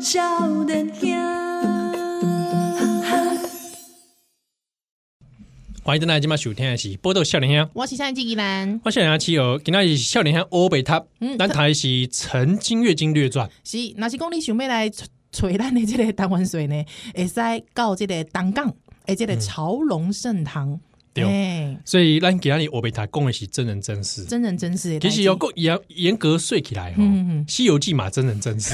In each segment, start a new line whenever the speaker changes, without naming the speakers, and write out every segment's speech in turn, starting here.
少年兄。
欢迎大家今晚收听的是《波豆笑脸香》，
我是上一季依兰，
我笑脸香七友，今天是笑脸香欧北塔
嗯，
咱台是曾经月经略传，
是若是讲你想要来找找咱的这个台湾 水呢，会使到这个东港，诶，这个朝龙盛唐，
嗯对
哎
所以咱今天欧北塔讲的是真人真事。
真人真事的代
其
志。
实哦要够严严格算起来哦，
嗯嗯
《西游记》嘛，真人真 事，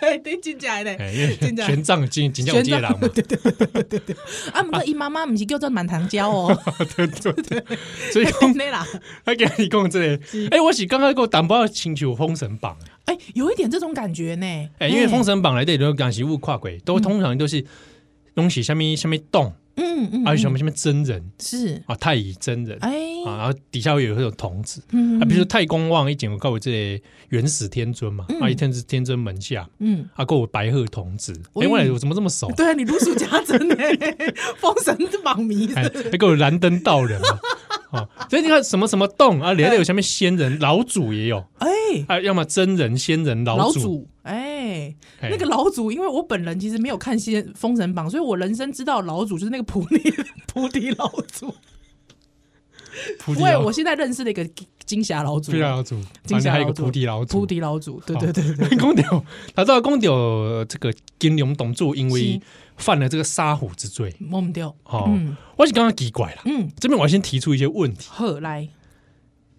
嘿， 对，真正的
哎因为
真的啊
玄奘金金教接人嘛，对
啊，毋过伊妈妈毋是叫做满堂娇 哦，
对对，所以
真
讲
的啦。
他给你讲这个，哎，我是刚刚讲淡薄请求《封神榜》，
哎，有一点这种感觉呢。
哎，因为《封
神，
神榜》来这里都讲是物跨轨，都通常都是东西下面下面动，
嗯嗯，
还有啊
嗯
什么下面真人
是？
啊，太乙真人
哎，
啊，然后底下会有那种童子
嗯
啊，比如说太公望一景，我告我这个元始天尊嘛，啊，一天是天尊门下，
嗯，
啊，告我白鹤童子，
喂
哎，我来我怎么这么熟？
对啊，你如数家 珍呢，封神榜迷
哎，还给我蓝灯道人嘛。哦，所以你看什么什么洞啊，连带
嗯
有下面仙人老祖也有，
哎，
啊，要么真人仙人
老
老祖，
祖，哎，
哎
那个老祖，因为我本人其实没有看《仙封神榜》，所以我人生知道老祖就是那个菩提 菩提老祖。
菩提
对，
老
我现在认识了一个金金霞老
菩
祖
提，老祖，
金
反
霞
正还有一
老
个
祖
菩提老祖，
菩提老祖，对
哦
对对对，
公屌，他知道公屌这个金龙董柱因为
是
犯了这个杀虎之罪，
摸不掉。
哦，
嗯
我是刚刚奇怪了，
嗯，
这边我要先提出一些问题，
好来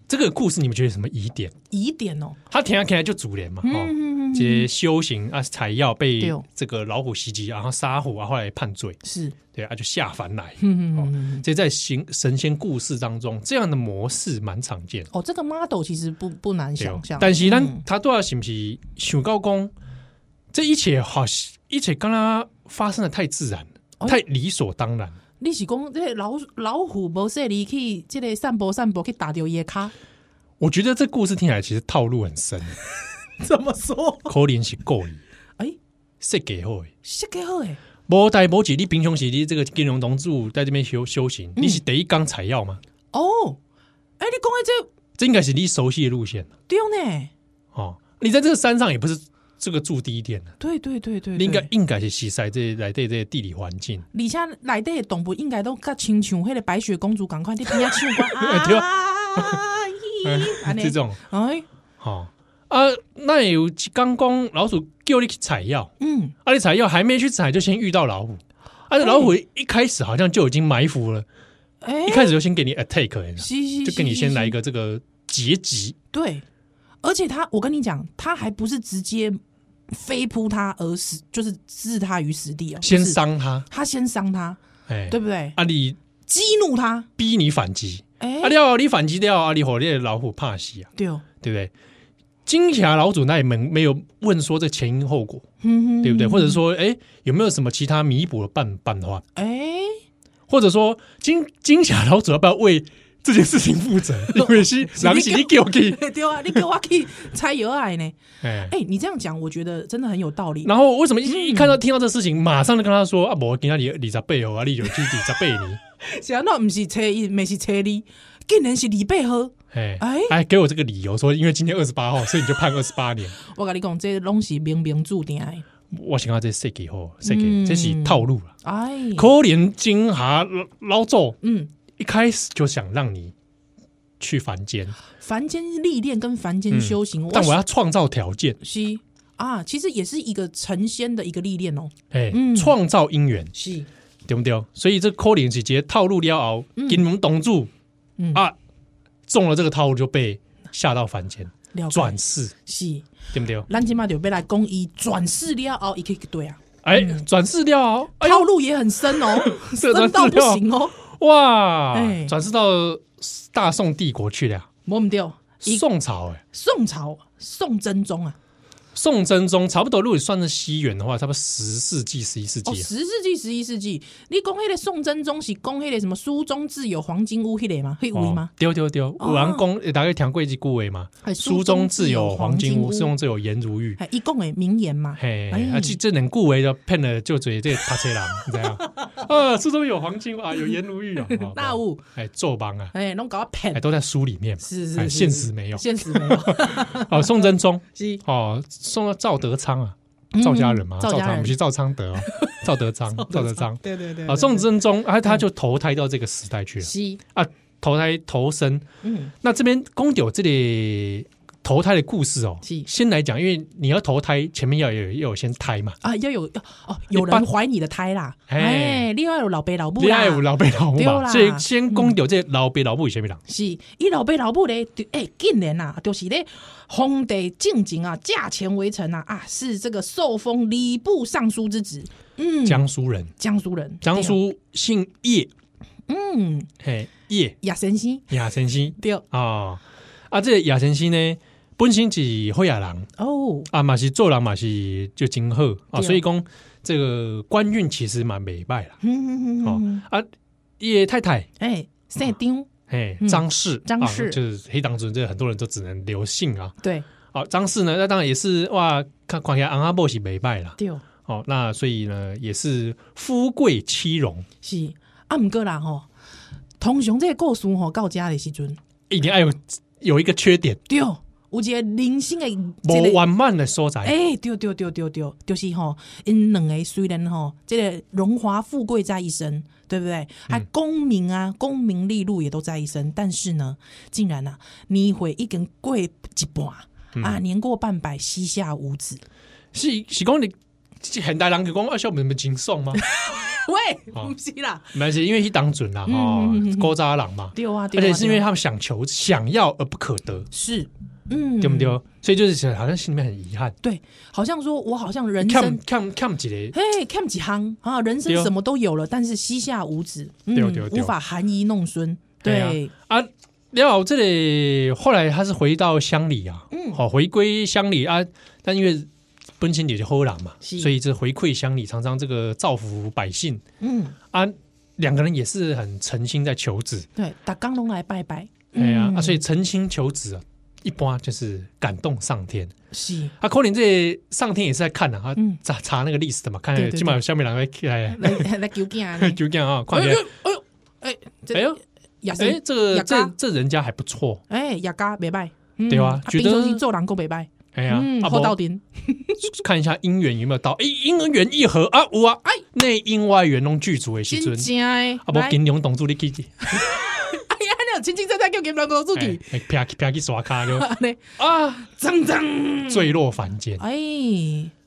这个故事你们觉得有什么疑点？
疑点哦，
他停下停来就主人嘛，哦，
嗯，
这些修行啊，采药被
对哦
这个老虎袭击，然后杀虎啊，后来判罪，
是，
对啊，就下凡来。
嗯嗯嗯嗯，
这在行神仙故事当中，这样的模式蛮常见的。哦
哦，这个 model 其实不不难想象，
但是
嗯
咱他都要是不是想到讲，这一切好像，一切刚刚发生的太自然了，
哦
太理所当然了。
你是讲这个老老虎无说你去这个散步散步去打掉野卡，
我觉得这故事听起来其实套路很深，
怎么说？
可能是故 意
哎，
设计好的。
设计好诶，
无代无志，你平常时你这个金融同住在这边修修行，
嗯
你是第一缸采药吗？
哦，哎，你讲的这
这应该是你熟悉的路线
对呢？
哦。你在这个山上也不是这个住第一店的，
对对对对，
你应该
对
应该是西塞这来对这些地理环境。
而且内底的动物应该都较亲像迄个白雪公主，赶快伫边仔唱 歌
哎对
啊！ 咦安尼
这种
哎，
哦啊，那有刚刚老鼠叫你去采药，
嗯，
啊，你采药还没去采就先遇到老虎，啊，这老虎一开始好像就已经埋伏了，
哎
一，开始就先给你 attack 了，
是是是
就给你先来一
个
个这个结集，
对，而且他，我跟你讲，他还不是直接飞扑他而死，就是置他于死地哦，
先
不是，
伤他，
他先伤他，
哎，
对不对？
啊，你
激怒他，
逼你反击，
哎
啊，，料你反击掉，啊，你火烈老虎怕死啊，
对哦，
对不对？金霞老祖那里没没有问说这前因后果，
嗯
对不对？或者说，哎，有没有什么其他弥补的办办法？
哎，
或者说金金霞老祖要不要为这件事情负责？因为是狼是你给我给，
对啊，你给我去猜有爱呢？
哎，
哎，你这样讲，我觉得真的很有道理。
然后为什么一一看到听到这事情，马上就跟他说啊，我给他你李扎贝哦，啊，你有去李扎贝你，
谁那不是车伊，不是车你，竟然是李贝赫。
哎
哎
哎，给我这个理由说，因为今天二十八号，所以你就判二十八年。
我跟你讲，这拢是冥冥注定的。
我想到这设计后，设计
嗯
这是套路了。
哎，
可怜金霞老老祖
嗯，
一开始就想让你去凡间，
凡间历练跟凡间修行，
嗯但我要创造条件，
是啊，其实也是一个成仙的一个历练哦。
哎，
嗯
创造姻缘。
是，
对不对？所以这扣零是直接套路了后，给你们懂住、
嗯
啊，中了这个套路就被下到凡间
了解
转世，
是，
对不对？
咱今嘛就要来讲伊转世了后，一个对啊，
哎，转世了后，哎
套路也很深哦，
这
深
转
到
世
不
了
行哦，
哇，
哎
转世到大宋帝国去了，
摸唔掉。一
宋朝哎，
哦宋朝宋真宗啊，
宋真宗差不多，如果算是西元的话，差不多十世纪、十一世纪
哦，
啊，
十世纪、十一世纪，你讲迄个宋真宗是讲迄个什么书中自有黄金屋迄个吗？迄位吗？？
丢丢丢，
哦
武王公哎大概听过一句话嘛
哎，
书
书
中
中
自
自
有
有
黄
黄
金
金
屋，
屋
书中自有颜如玉。
哎，一共诶名言嘛，
嘿，
哎
啊，这这两句话就骗了就嘴这个拍车人，你知道 吗？啊，书中有黄金啊，有颜如玉啊，哦
那有，
哎，纣邦啊，
哎，拢搞我骗
哎，，都在书里面嘛，
是是
哎
是
现实没有。
现实没有，
哦，宋真宗，
是
哦，宋赵德昌啊， 赵家人嘛，
嗯
赵
赵家
昌
人
不是赵昌德哦，赵德 昌，赵德昌
对对对
啊，宋真宗，啊，他就投胎到这个时代去了
西，
啊，投胎投生。
嗯，
那这边公有这里投胎的故事哦
是，
先来讲，因为你要投胎，前面要有要有先胎嘛，
啊，要有哦，有
一般
人怀你的胎啦，
哎
哎，另外有老爸老母
你
啦
爱，有老爸老母
对
嘛，
啦
所以先公有这老爸老母以前面人，
是，伊老爸老母咧，就哎，竟然啊，就是咧皇帝进前啊，驾前为臣啊，啊，是这个受封礼部尚书之职，嗯，
江苏人，
江苏人，
江
对啊，
苏姓叶，
嗯，
嘿，叶
亚神西，
亚先生
对，
啊，啊，这个亚先生呢，本身是会亚人。
哦，
啊，嘛是做人嘛是就真好啊，
对哦
所以讲这个官运其实蛮美败啦。
嗯嗯嗯
哦
嗯，
啊，叶太太，
哎，姓张，
哎，
嗯
张氏，
张
啊
氏
就是黑党尊，这很多人都只能留姓啊。
对
好，张氏呢，那当然也是哇，看看起来昂阿伯是美败啦。
对，
哦，那所以呢，也是富贵妻荣，
是，啊，毋过啦吼，通常这个故事吼到遮的时阵，
一定要有有一个缺点，
对，有一个人生的这
不
个
完满的所在。
哎、对对对对对，就是吼、因两个虽然吼、这个荣华富贵在一身，对不对？啊，
嗯
功名啊，功名利禄也都在一身，但是呢，竟然啊，你会已经过一半、
嗯
啊，年过半百，膝下无子。
是是讲你现代人就讲啊，小妹妹真爽 吗？
喂，
哦
不是啦，
没是因为黑党准啦，哦
嗯嗯嗯嗯，
高渣郎嘛。
对啊，对
而
啊，
且是因为
对啊
他们想求、想要而不可得，
是，嗯，
对不对？所以就是好像心里面很遗憾，
对，好像说我好像人
看
生。
看看起来，
嘿，看几行啊，人生
对哦
什么都有了，但是膝下无子，嗯
对哦对哦对哦
无法含饴弄孙。对，
啊啊，廖这里后来他是回到乡里啊，嗯，好回归乡里啊，但因为奔亲姐姐后郎嘛，
是
所以这回馈乡里，常常这个造福百姓
嗯，
啊，两个人也是很诚心在求子，
对，打刚龙来拜拜。
哎呀、
嗯
啊，所以诚心求子啊，一般就是感动上天。
是
啊，可能这上天也是在看啊，他
嗯
查查那个 list 嘛，
对
看
对对
起码下面两个起来。
来 来 求见呢。
就这样啊，快
哎
点！
呦哎呦哎
哎
这
呦，
亚
哎，
生
这个
雅
这
嘎
这人家还不错，
哎亚嘎袂歹，嗯
对啊觉得
平常是做人够袂歹，
哎呀
嗯，，
啊
好到
不，
顶
看一下姻缘有没有到？哎，姻缘一合啊，有啊，哎
哎，
内姻外缘拢具足的时阵，
真正诶。
啊，不
来，
金融董主你去去，
哎呀，你有清清在在叫金龙哥出
哎
去，，
哎啪去啪去刷卡 就
安尼
啊，
脏脏，
坠落凡间，
哎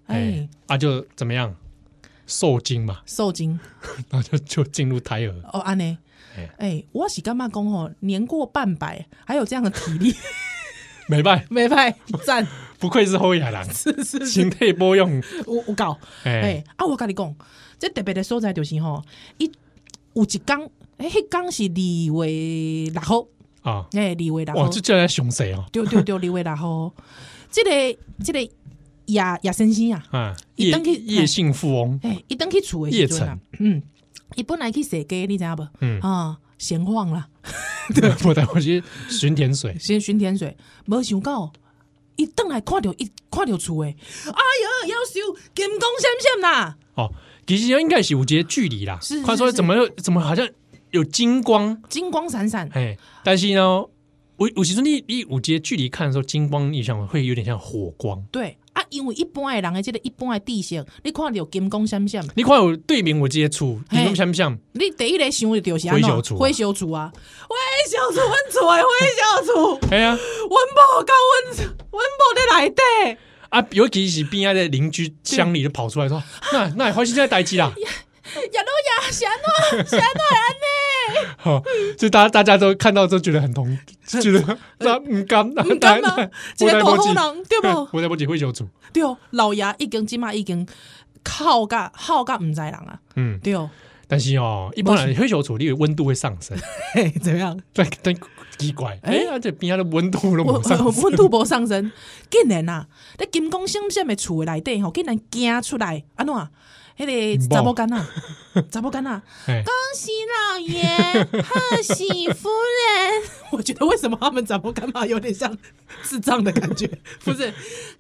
哎
哎，
啊就怎么样？受精嘛，
受惊
然后就就进入胎儿，
哦安尼
哎。
哎，我是干嘛讲吼？年过半百，还有这样的体力，
没办，
袂歹，赞，
不愧是后亚郎，
是是
心
是，
态波用，
有有够。
哎
哎、，啊，我跟你讲，这特别的所在就是吼，伊有一工，哎、迄工是二月六号，
啊，
哎、二月六
哇，
号
这，叫人熊谁哦？
对对对，二月六号，这个这个亚亚先生啊，
啊，
一
叶
登去
叶姓富翁，
哎、伊等去厝的时阵啊，嗯，伊本来去踅街，你知影无？
嗯
啊，闲晃啦，
不然我去寻甜水，
先寻甜水，无想到。伊倒来看着伊看着厝诶，哎哟，夭寿金光闪闪啊啦！
哦，其实应该是有节距离啦。
是是
快说
是
怎么又怎么好像有金光？
金光闪闪，
哎，但是呢，我我其实你你有节距离看的时候，金光你想会有点像火光。
对啊，因为一般的人的这个一般的地形，你看到金光闪闪，
你看有对面有接触，你
嘿
们像不像？
你第一个想的就是
灰熊厝啊
灰小厝啊，灰小厝，阮厝的灰小厝，
哎呀
阮某甲阮阮某在内底，
啊，尤其是边的邻居乡里就跑出来 说，那那欢喜现在待机啦。
亚诺亚是安 怎是安怎会安尼？
好，哦所以大家大家都看到都觉得很同，觉得 那唔甘
不呃甘吗 一个大好人对不
我在不起会求主，
对，老爷已经即马已经靠甲靠甲毋知人啊，
嗯，
对，
但是哦，一般人会求主，你的温度会上升。
嘿，怎么样？
但但奇怪，哎、
哎
而且边下的温度都
我
往 上
我
升
温度无上升，竟然啊，咧金光闪闪的厝的内底吼，竟然惊出来，安怎？啊迄个查某 囡仔，查某囡仔。
哎
恭喜老爷，贺喜夫人。 我觉得为什么他们长得干嘛有点像智障的 感觉？不是，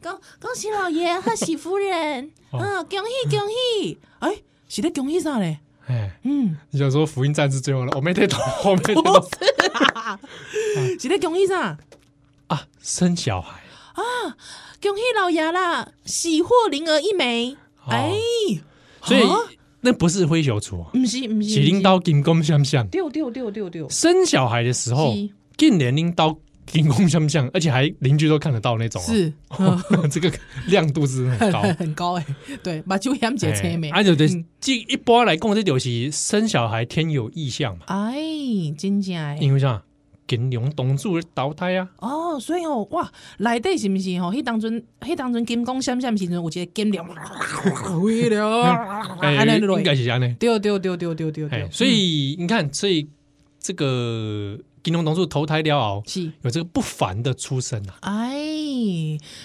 恭恭喜老爷，贺喜夫人。
哦
嗯，恭喜恭喜。哎，是在恭喜啥嘞？
哎，
嗯，
你想说福音战士最后了，我 没得懂，我没得
不
懂
是啦，是在恭喜啥？
啊，生小孩，
恭喜老爷啦，喜获麟儿一枚。
哦
哎，
所以
啊
那不是灰球厨啊，
不是不是，
是拎刀金光相向。
丢丢丢丢丢，
生小孩的时候
嗯是，
近年拎刀金光相向，而且还邻居都看得到那种、哦，
是
这个亮度是很高。
很高哎，对，把酒烟姐车没
哎，啊，就对
嗯，
这一般来讲，这就是生小孩天有异象嘛，
哎，真正诶。
因为啥？金龙董主的淘汰啊，
哦，所以哦，哇，内底是毋是吼？迄当阵，迄当阵金光闪闪时阵，有一个 金龙，飞 了，
哎，
啊安尼落
应，该是这样呢。
对对对对对对啊
哎
对，，
所以你看，所以这个金龙董主投胎了后，
是。
有这个不凡的出身啊。
哎，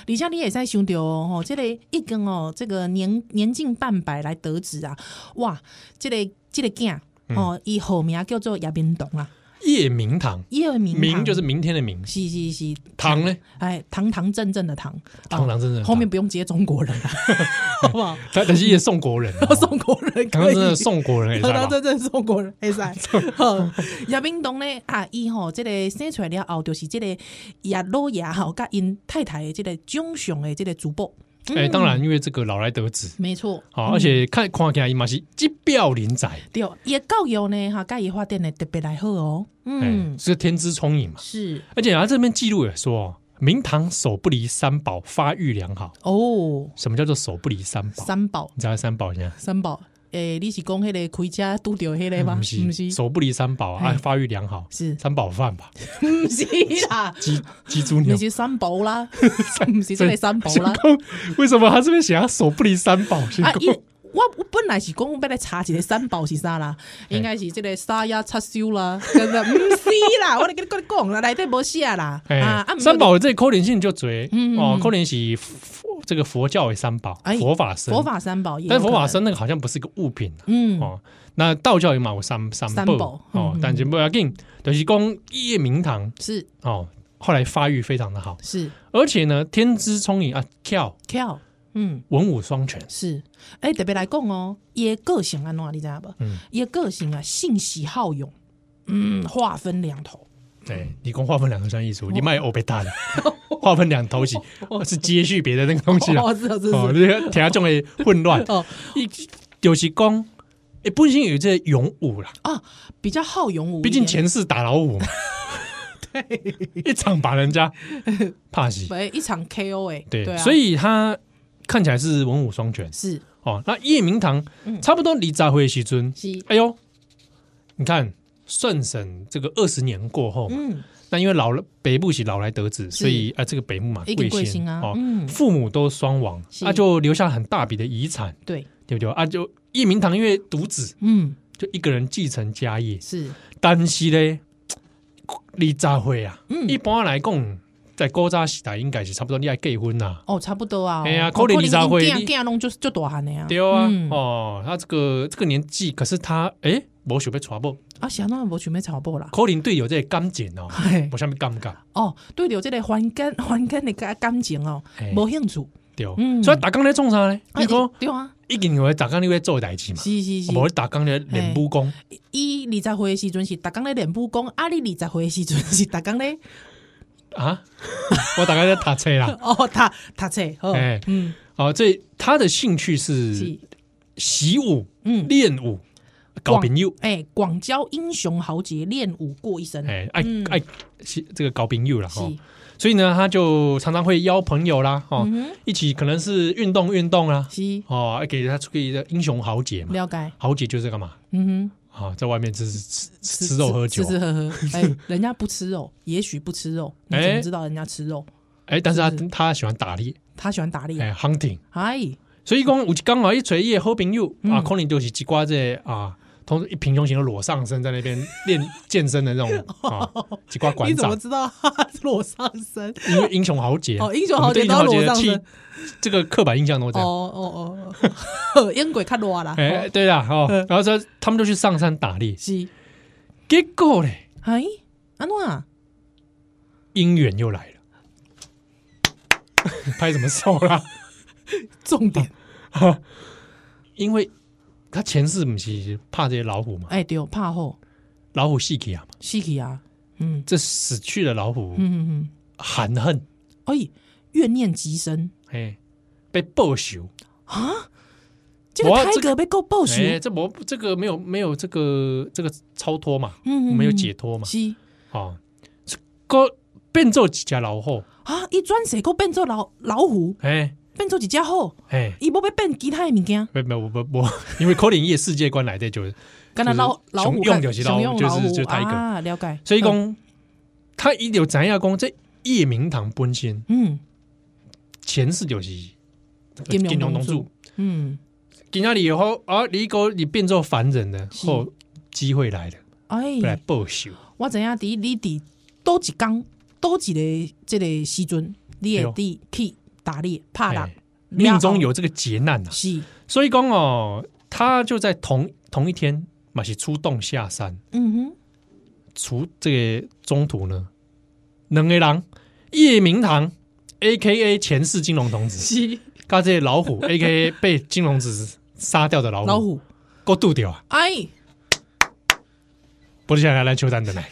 而且你也使想到哦，吼，这个一根哦，这个年年近半百来得子啊，哇，这个这个囝
嗯
哦，伊好名叫做叶明堂啊，
夜明堂，
叶明堂
明就是明天的明，
是是是，
堂呢，
哎，堂堂正正的堂，
堂
啊
堂真正的堂哦
后面不用接中国人了，啊 好不好？
他但是也宋国 人啊，
中国人
堂堂
可
真
以
正的宋国 人也
堂
在吧？
堂正正中国人，会使。 好哦叶明堂呢，啊，伊吼，这个生出来了后，就是这个叶老爷吼，甲因太太的这个掌上的这个主播。
哎，当然，因为这个老来得子，啊
没错，
好，而且看看起来伊嘛是一表人才，
对，伊的教育呢，哈，甲伊发展的特别来好哦。
哎
嗯，，
是天资聪颖嘛。
是
而且他这边记录也说哦，明堂手不离三宝，发育良好。
哦，
什么叫做手不离三宝？
三宝，
你知道三宝呢？
三宝，诶，你是讲迄个开车拄着迄个吗？
嗯不
不是，
是手不离三宝啊，
哎
啊发育良好
是
三宝饭吧？
不是 啦，
鸡鸡猪
你
牛。
是三宝 啦，不是这个三宝啦
想。说为什么他这边写他手不离三宝？想
啊，伊
说
我我本来是讲我要来查一个三宝是啥啦，应该是这个沙呀、叉烧啦，真 的不是啦，我咧跟你跟你讲啦，内底无写啦。
哎
啊，啊，不过
三宝的这扣连性就追
嗯嗯
哦
嗯，
扣连是佛这个佛教为三宝
哎，
佛法僧，
佛法三宝也有可
但
能，
佛法僧那个好像不是个物品啊
嗯，
哦。那道教也嘛有三三
三
宝
宝嗯
哦
嗯，
但是不要紧，就是讲夜明堂
是
哦，后来发育非常的好，
是
而且呢天资聪颖啊，跳
跳，嗯。
文武双全，
是，哎、特别来讲哦，伊的个性安怎你知道不？
嗯
伊的个性啊，性喜好勇，嗯，划分两头。
对，
嗯
你光划分两头算艺术，你卖欧贝塔的，划分两头起是接续别的那个东西啊，
哦，是啊，是啊
哦，
是
这个天下中的混乱
啊，哦
一就是讲，诶，本身有这个勇武啦，
啊，比较好勇武一
毕竟
点，
前世打老虎 嘛，对，一场把人家怕死，
喂一场 KO 哎、
对，
啊，
所以他看起来是文武双全
是
哦。那夜明堂
嗯
差不多离杂会西尊，
是，
哎呦，你看顺审这个二十年过后嘛，
嗯，
那因为老了北部是老来得子，所以啊，这个北部嘛
一个
贵
贵
姓
姓啊
哦
嗯，
父母都双亡，
是
那就留下很大笔的遗产，
对，
对不对？啊，就夜明堂因为独子。
嗯，
就一个人继承家业，
是，
但是咧，你咋会啊？
嗯
一般来讲，在古早时代应该是差不多你爱结婚啦，
哦，差不多啊、哦，
哎呀
哦
可能你才会
囝
你
囝拢就就大汉的啊，
对啊，
嗯、
哦，他这个这个年纪，可是他诶，我想要娶某，
啊，是安怎无想要吵爆啦，
可能对有这个感情 哦，
嘿
无啥物感觉，
哦，对着这个环境环境的感感情哦
嘿，
无兴趣，
对，哦
嗯
所以打工咧做啥咧？
啊
你讲
对啊，
一定有打工你会做代志嘛？
是是是，
无打工咧
哎
练武功，
伊二十岁的时阵是逐工咧练武功，啊，你二十岁的时阵是逐工咧。
啊， 我打工咧读册啦
哦，读读册，好，
哎嗯
嗯
哦，这他的兴趣
是
是，习武、
嗯，
练武、搞
广
朋友。
哎，广交英雄豪杰，练武过一生，
哎，爱
嗯
爱是这个搞朋友了
是
哈，哦所以呢，他就常常会邀朋友啦，哦，
嗯哼
一起可能是运动运动啦，
是
哦，给他出个一个英雄豪杰嘛，
了解，
豪杰就是干嘛
嗯哼，
啊，在外面吃吃吃吃肉喝酒
吃，吃喝喝， 哎，人家不吃肉，也许不吃肉，你
哎
怎么知道人家吃肉？
哎，但是他
是不
他喜欢打猎，
他喜欢打猎，
哎，hunting，
哎，
所以讲有刚好一哦锤夜好朋友
嗯
啊，可能就是几瓜这啊。同一平胸型的裸上身在那 边练健身的那种啊，几瓜馆
你怎
长哎
么，知道 他裸上身？
因为英雄豪杰
哦英雄
我们
豪杰
对英雄豪
都裸
杰的
上
气
身，
这个刻板印象都这
哦
样。
哦哦， 烟鬼较热啦，
哎、
哦
对啦，哦
嗯，
然后说他们就去上山打猎，
是，
结果嘞，
哎，安怎啊？
姻缘又来了， 拍什么手啦？
重点，
啊因为他前世不是怕这些老虎嘛，
哎，对，怕后
老虎戏体啊嘛，
死去啊，嗯
这死去的老虎
嗯嗯嗯。
含恨，
哎，怨念极深
嘿，被报仇，
啊！这个
哇
泰
这
格被够报仇，
哎，这我这个没有没有这个这个超脱嘛，
嗯
没有解脱嘛，
是
哦，这个变做几家老后，
啊！伊转世够变做老老虎，
哎
变做一只虎，
哎，
伊要要变其他的物件，
没没我不我， 因为柯林夜世界观来的就是，
敢若老
就是
老虎
熊用就是老
熊用
就是
老虎
就泰格
啊，了解。
所以讲他一有咱要讲这夜明堂本身
嗯，
前世就是这个
金融
融
公
龙柱
主，，嗯，
今天你以后啊，你个你变做凡人了，
是
后机会来了，来
哎，
报仇，
我知影伫你伫倒一工倒一个即个时阵，你会伫去打猎、拍
哎
人，
哦命中有这个劫难啊。
是，
所以讲哦，他就在同同一天，嘛是出洞下山，
嗯哼，
除这个中途呢，两个人夜明堂 A K A 前世金龙童子，
是
跟这个老虎 A K A 被金龙子杀掉的老虎，
老虎，
够渡掉啊！
哎，
不是想来篮球蛋的来。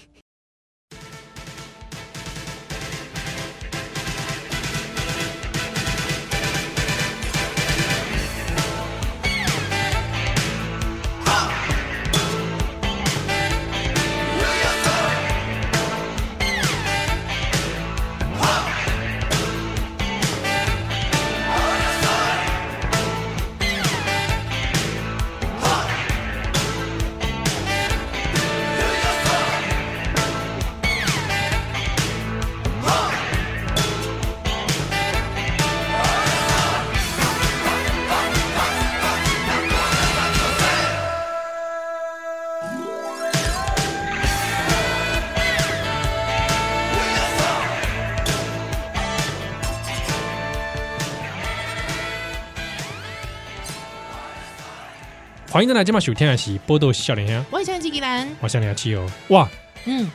欢迎大家今晚收听的是《波多笑脸香》，
我想这个人，
我笑脸七哦，哇！
嗯，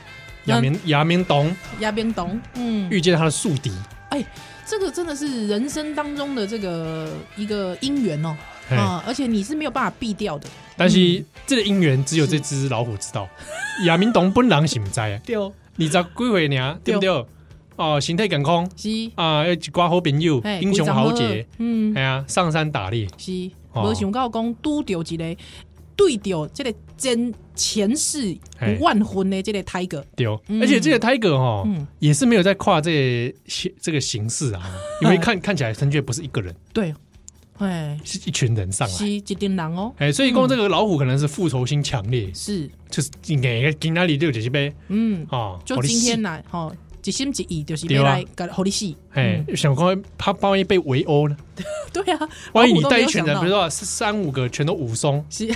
亚明亚明东
亚冰懂，嗯，
遇见他的宿敌，
这个真的是人生当中的这个一个姻缘哦，嗯
嘿
啊，而且你是没有办法避掉的，
但是这个姻缘只有这只老虎知 道。亚明东本人是不知的，
对，
你知几岁呢？对不对？哦，形态健康
是，
啊，有一挂好朋友，
嘿
英雄豪杰，，
几十好嗯
哎，呀，上山打猎，
是，
哦
无想到讲拄着一个对着这个真前世
嘿
万婚的这个 Tiger，
对
嗯。
而且这个 Tiger 哦
嗯，
也是没有在跨这个形这个形式啊，因为看看起来陈觉不是一个人，
对，哎，
是一群人上
是
来。
一群人哦，
哎，所以讲这个老虎可能是复仇心强烈，
是，
就是哪个今哪里就就是呗
嗯，
啊，
就
给你
今
死
天来，吼、一心一意就是
对啊
要来给互你死，
哎，想看他万一被围殴呢？
对啊，
万一你
老虎都
带
没有
一群人，
想到
比如说三五个全都武松，
是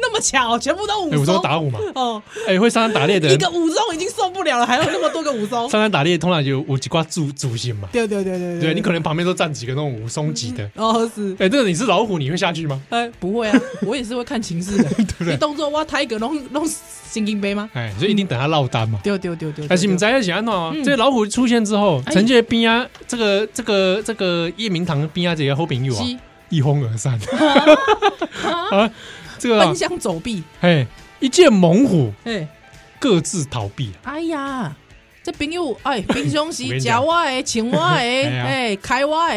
那么巧，全部都武
哎，武
松
松打武嘛，
哦，
哎，会上山打猎的
一
人，
个
上
武松已经受不了了，还有那么多个 武松，
山打猎通常有有几挂主主心嘛，
对对对哦对
对你可能旁边都站几个那种武松级的，
哦是。
哎，这个你是老虎，你会下去吗？
哎，不会啊，我也是会看情势的。
不 对
你动作我抬个弄弄神经杯吗？
哎，所以一定等他落单嘛。
对对对对，嗯
但是你们在一起安诺啊，这老虎出现之后，
哎
陈杰边啊，这个这个这个夜明堂边啊，这个后朋友啊，
西
一哄而 散啊，这个啊
奔向走壁，
哎，一见猛虎
哎
各自逃避啊了。
哎呀，这朋友哎，平常 时
我跟你
食
讲
我的，穿 我的，
呀
哎开我的，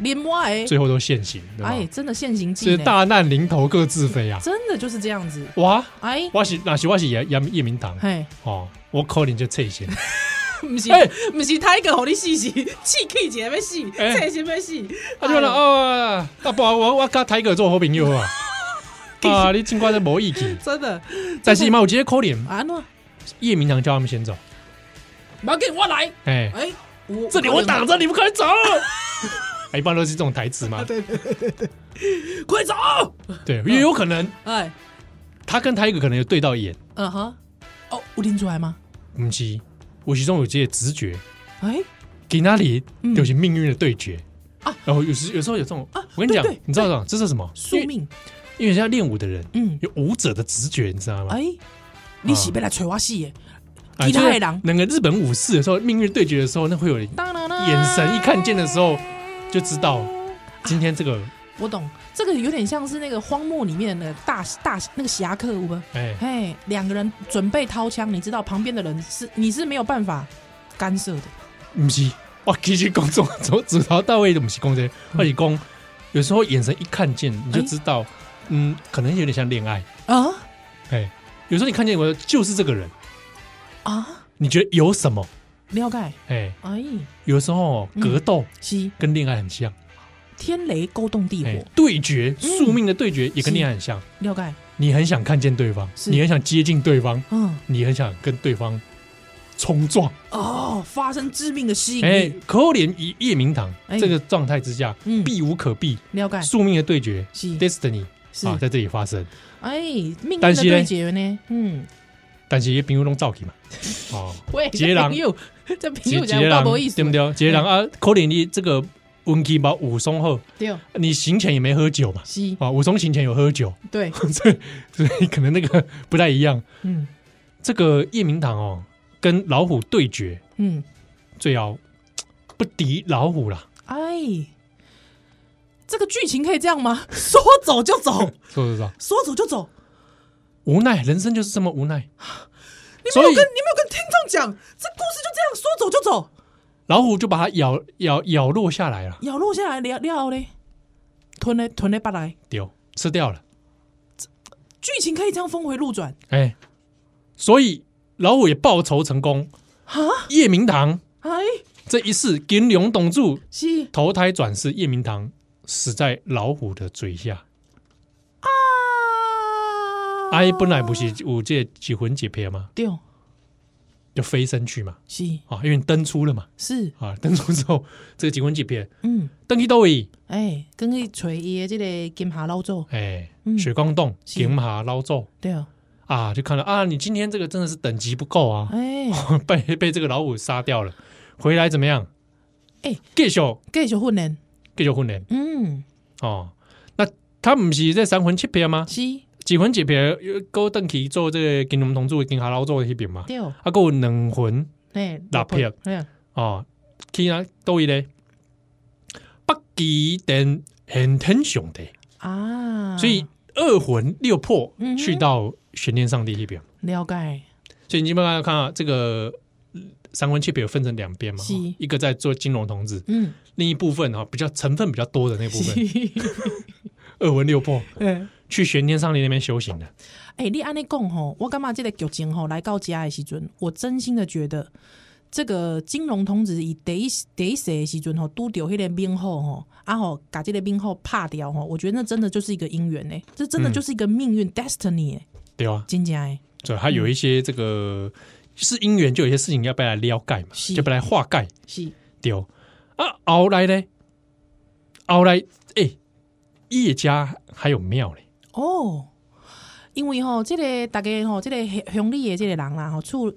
啉我的，
最后都现形，对吧？
哎，真的现行技
是
呢，
大难临头各自飞啊！
真的就是这样子，
哇，
哎
我是那是我是叶叶叶明堂
嘿，
哦，我可能就这些。
不是
哎
不是抬个互你死死，气气一个要死，
哎
这是要死，
他就讲
哎
哦，大伯，我我跟台哥做好朋友 啊！啊，你尽管都无意见，
真的
但是嘛，有一个可怜
啊喏，
叶明堂叫他们先走，
马给我来，
哎，
哎，我
这里我挡着，你们快 走！哎一般都是这种台词嘛，
啊对对对对对，快走！
对，也有可能
哎，
他跟台哥可能有对到眼，
嗯哼，哦，我拎出来吗？
不是，我其中有这些直觉，
哎
给那里有些命运的对决
嗯啊
然后有时有时候有这种
啊，
我跟你讲
对对，
你知道吗？这是什么？
宿
因为
命，
因为现在练武的人
嗯，
有武者的直觉，你知道吗？
哎，你是要来催我死的？
啊
其他的人
就是那个日本武士的时候，命运对决的时候，那会有人
当然啦，
眼神一看见的时候就知道
啊
今天这个
我懂，这个有点像是那个荒漠里面的大大那个侠客，我们
哎
哎，两个人准备掏枪，你知道旁边的人是你是没有办法干涉的，
不是，我哇，其实工作从指头到位都不是工作，
嗯
而且工有时候眼神一看见你就知
哎
道，嗯，可能有点像恋爱。
啊
哎，有时候你看见我就是这个人，
啊，
你觉得有什么？
了解，
哎，
哎，
有时候格斗
是
跟恋爱很像，
天雷勾动地
哎
火，，
对决
嗯
宿命的对决也跟
是
恋爱很像，
了解，
你很想看见对方，
是
你很想接近对方，
嗯，
你很想跟对方冲撞。
哦，发生致命的吸引
哎
力，，
可怜一夜明堂
哎
这个状态之下，
嗯，
避无可避，
了解，
宿命的对决
是
，destiny
是，
啊，在这里发生。
哎，命运
但
的
是呢
对决呢，嗯，
但是也朋友拢走去 嘛，哦，
喂，
一个人
朋友， 这朋
一
友
一
讲
个
话
人
无意思，哎
对不对？一个人啊，可怜你这个运气吧，武松后
对，
你行前也没喝酒嘛，
是，
啊，武松行前有喝酒，
对，
所以所以可能那个不太一样。
嗯
这个夜明堂哦，跟老虎对决，
嗯，
最要不敌老虎啦，
哎，这个剧情可以这样吗？ 说走 就走，
是不是？
说走就走，
无奈，人生就是这么无奈。
你没
所
有
以
跟你没有跟听众讲，这故事就这样，说走就走，
老虎就把它咬咬咬落下来了，
咬落下来了了嘞，吞嘞吞嘞巴来，
丢吃掉了。
剧情可以这样峰回路转
哎，所以老虎也报仇成功，
啊！
夜明堂
哎，
这一世金龙董柱
是
投胎转世夜明堂，死在老虎的嘴下。
啊，
阿姨本来不是有这几魂解撇吗？
对，
就飞升去嘛，
是
啊，因为登出了嘛，
是，
啊，登出之后这个几魂解撇，
嗯，
登去都位，
哎，跟去找伊的这个金霞老祖，
哎，
嗯
雪光洞
是
金马捞咒
对啊，
啊，就看到啊，你今天这个真的是等级不够啊，
哎，
被被这个老虎杀掉了，回来怎么样？
哎
继续
继续训练，
继续训练
嗯，
哦。那他不是在三魂七魄吗？
是，
几魂几魄又勾邓去做这个金龙同柱金哈老做的那边嘛？
对，哦
啊，还有两魂
哎，
六撇
对啊，
哦，去哪都一咧，北极点很天上帝，
啊，
所以二魂六魄
嗯哼
去到悬念上帝那边，
了解，
所以你慢慢看啊，这个呃三魂七魄有分成两边嘛哦
是，
一个在做金融同志，
嗯，
另一部分啊比较成分比较多的那部分，
是，
二魂六魄
嗯。
去玄天上帝那边修行的，
哎、你安尼讲吼， 我感觉这个剧情吼来到家的时阵，我真心的觉得这个金融童子伊第一第一世的时阵吼，拄着迄个兵后吼，啊吼，把这个兵后拍掉吼，我觉得那真的就是一个姻缘呢，这真的就是一个命运、destiny 哎，
对吧？
真正哎，
所以它有一些这个是因缘，就有一些事情要被来撩盖嘛，
是
就被来化盖
是
丢啊。后来呢，后来哎、叶家还有庙嘞，
哦。因为吼，这个大家吼，这个乡乡里的这个人啦吼，厝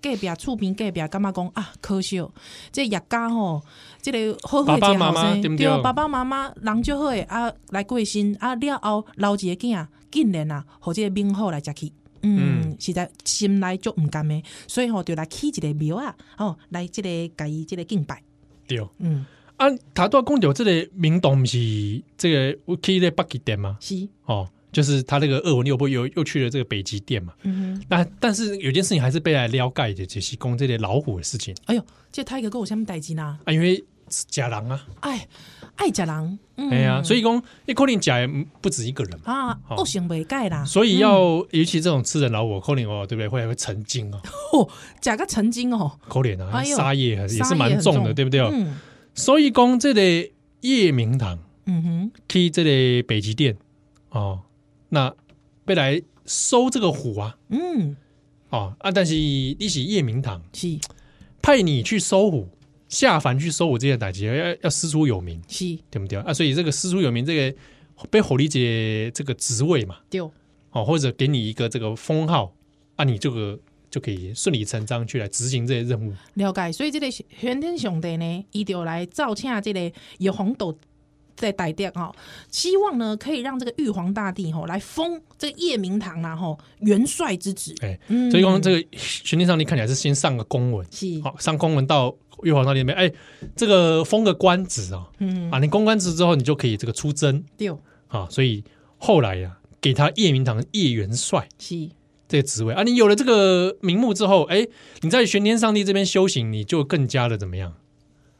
隔壁厝边隔壁，感觉讲啊，可惜哦，这个叶家吼，这个好好的
爸
一个
爸妈妈
后生
对不对
对？爸爸妈妈人就好诶，啊，来过身啊，了后留一个囝，竟然啊，互这个名号来食去。嗯
嗯，
实在心内足毋甘诶，所以吼、就来起一个庙啊，哦，来即、个甲伊即个敬拜，
丢
嗯，
啊。塔多公有这个明洞不是这个我去在北极点嘛，
是，
哦，就是他那个二魂六魄又又去了这个北极点嘛。
嗯哼，
那但是有件事情还是被来撩盖的，就是公这类老虎的事情
哎哟，这泰哥哥有啥物代志啦？
啊，因为是假狼啊，
哎，爱食人，嗯，
哎呀、所以讲你可能假不止一个人嘛。
啊，
好
恶性袂改啦，
所以要，
嗯
尤其这种吃人老虎，扣脸哦，对不对？会会成精 哦，
哦，食个曾经哦，
扣脸啊，
哎呦
杀业也是
杀业
蛮
很
重的，对不对？
嗯
所以讲这个夜明堂
嗯哼，
去这个北极殿哦，那被来收这个虎啊，
嗯，
哦啊，但是你是夜明堂
是
派你去收虎，下凡去收虎这些代志，要要师出有名，
是，
对不对啊？所以这个师出有名，这个被火力姐这个职位嘛，
对，
哦，或者给你一个这个封号，啊，你这个就可以顺理成章去来执行这些任务。
了解，所以这个玄天上帝呢，伊就来召请啊这个玉皇斗在大殿哦，希望呢可以让这个玉皇大帝哦吼、来封这个夜明堂啦吼、元帅之职，
哎、
嗯
所以说这个玄天上帝看起来是先上个公文，
是，
好、上公文到玉皇大帝那边，哎、这个封个官职啊、
嗯，
啊，你公官职之后，你就可以这个出征
对，
啊。所以后来呀、给他夜明堂叶元帅
是，
这个职位啊，你有了这个名目之后，哎、你在玄天上帝这边修行，你就更加的怎么样？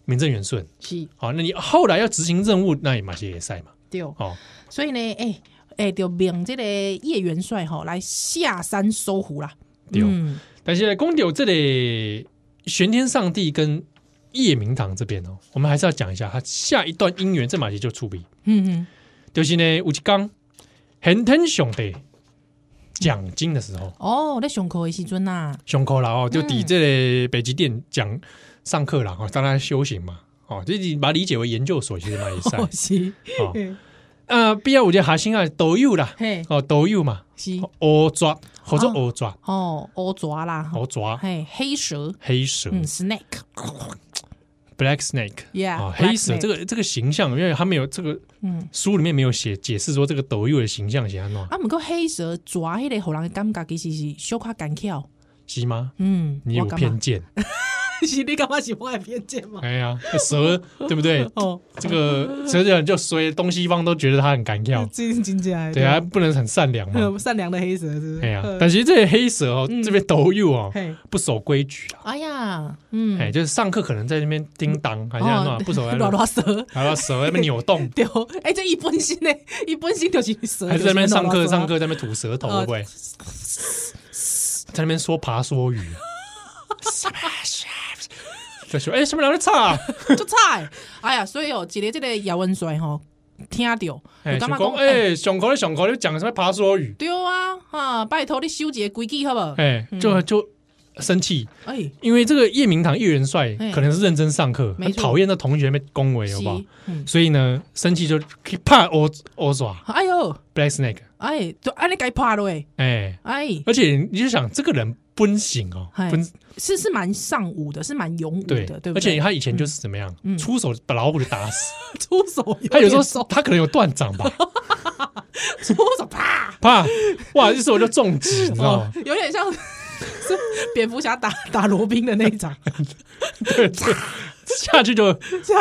名正言顺。
是
好，那你后来要执行任务，那也马些也赛嘛。
对，
哦，
所以呢，哎、欸、哎、就命这个叶元帅吼来下山搜狐啦。
对哦
嗯，
但是公牛这里玄天上帝跟夜明堂这边哦，我们还是要讲一下，他下一段姻缘这马些就出笔，
嗯
就是呢，有一刚很天兄弟讲经的时候
嗯，，哦，在上课的时阵呐、
胸口啦哦，就抵这个北极殿讲上课啦哦，当然修行嘛哦，这你把它理解为研究所其实蛮也赛
哦是，
哦。啊，必要有些核心啊，都有啦
嘿
哦，都有嘛，
是，
乌抓或者乌抓
哦，乌蛇啦，
乌抓
嘿，黑蛇，
黑蛇
嗯，snake，
Black Snake。
Yeah，
啊，
black
黑蛇
snake
这个这个形象，因为他没有这个
嗯，
书里面没有写解释说这个斗佑的形象写安怎
啊，不过黑蛇蛇迄个互人的感觉其实是小可干巧，
是吗？
嗯，
你有
我感
偏
觉，
见？
是你感觉是我的偏见吗？
哎呀，蛇对不对？
哦，
这个蛇人就所以东西方都觉得他很敢跳，
真真正的
对啊，，不能很善良嘛。
呃 善良的黑蛇是不是？
哎呀
呃，
啊但其实这些黑蛇哦，这边斗佑哦，
嗯嘿，
不守规矩啊，
哎呀，嗯，
哎，就是上课可能在那边叮当，还是安
哦
怎，哎不守啊 规
拉
矩，
拉蛇。，
还要蛇在那边扭动
对，哎、这一本身呢，一本身就是蛇，啊
还是在那边上课上
课，
课在那边吐舌头，会不会？在那边说爬说 语，在说哎什么两个差，
就菜。哎呀，所以哦，一个这个姚文帅吼，听到，
哎想
就
讲
感觉讲，哎，
哎上课咧上课咧讲什么爬说语，
对啊，哈、拜托你修一个规矩好不好？
哎就就生气，
哎、
因为这个叶明堂叶元帅
哎
可能是认真上课，
没
很
错
讨厌那同学被恭维，好不好
是？，嗯，
所以呢，生气就怕欧欧耍
哎呦，
Black Snake，
哎，就安尼该拍落诶，
哎，
哎，
而且你就想这个人奔行哦，
哎
奔
是是蛮尚武的，是蛮勇武
对
的，对
而
不对？
且他以前就是怎么样，
嗯
出手把老虎给打死，
出手点重，
他有时候他可能有断掌吧，
出手啪，
怕哇，一手就中击，你知道
哦
吗？，
有点 像是蝙蝠侠打打罗宾的那一场，
对，对下去就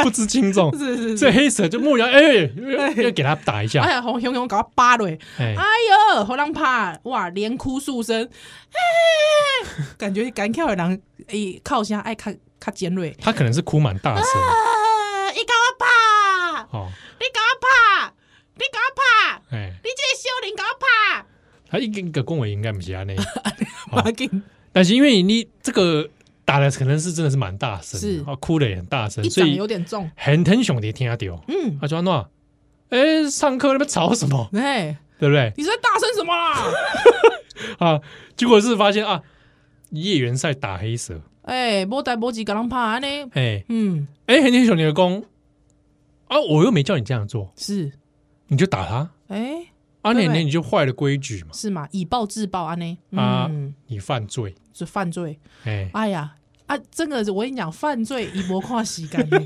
不知轻重。
是是
所以
是。
黑蛇就目标，哎，要要给他打一
哎
下，
呀，红熊熊搞他扒落，
哎
哎，呦，好人拍，哇，连哭数声，哎，感觉干跳的人，哎，靠声爱较较尖锐，
他可能是哭蛮大声的
啊，伊甲我拍，
哦，
你甲我拍，你甲我拍，
哎，
你这个小人甲我
他一个一个恭维应该不是安内，
拍，马紧
但是因为你这个打的可能是真的是蛮大声的，
是
啊，哭的也很大声
一，
所
掌
以
有点重，
很疼兄弟听得到，
嗯，
他就安诺，哎，上课那边吵什么，
哎，
对不对
你在大声什么啦？
啊？结果是发现啊，叶元帅打黑蛇，
哎，无代无志甲人拍安尼，
哎
嗯，
哎，很疼兄弟的功啊，我又没叫你这样做，
是，
你就打他
哎，
啊，
对
你你就坏了规矩嘛，
是嘛，以暴制暴安尼，
啊
嗯，
你犯罪，
是犯罪，
哎。
哎呀。啊，真的，我跟你讲，犯罪一波跨时间呢，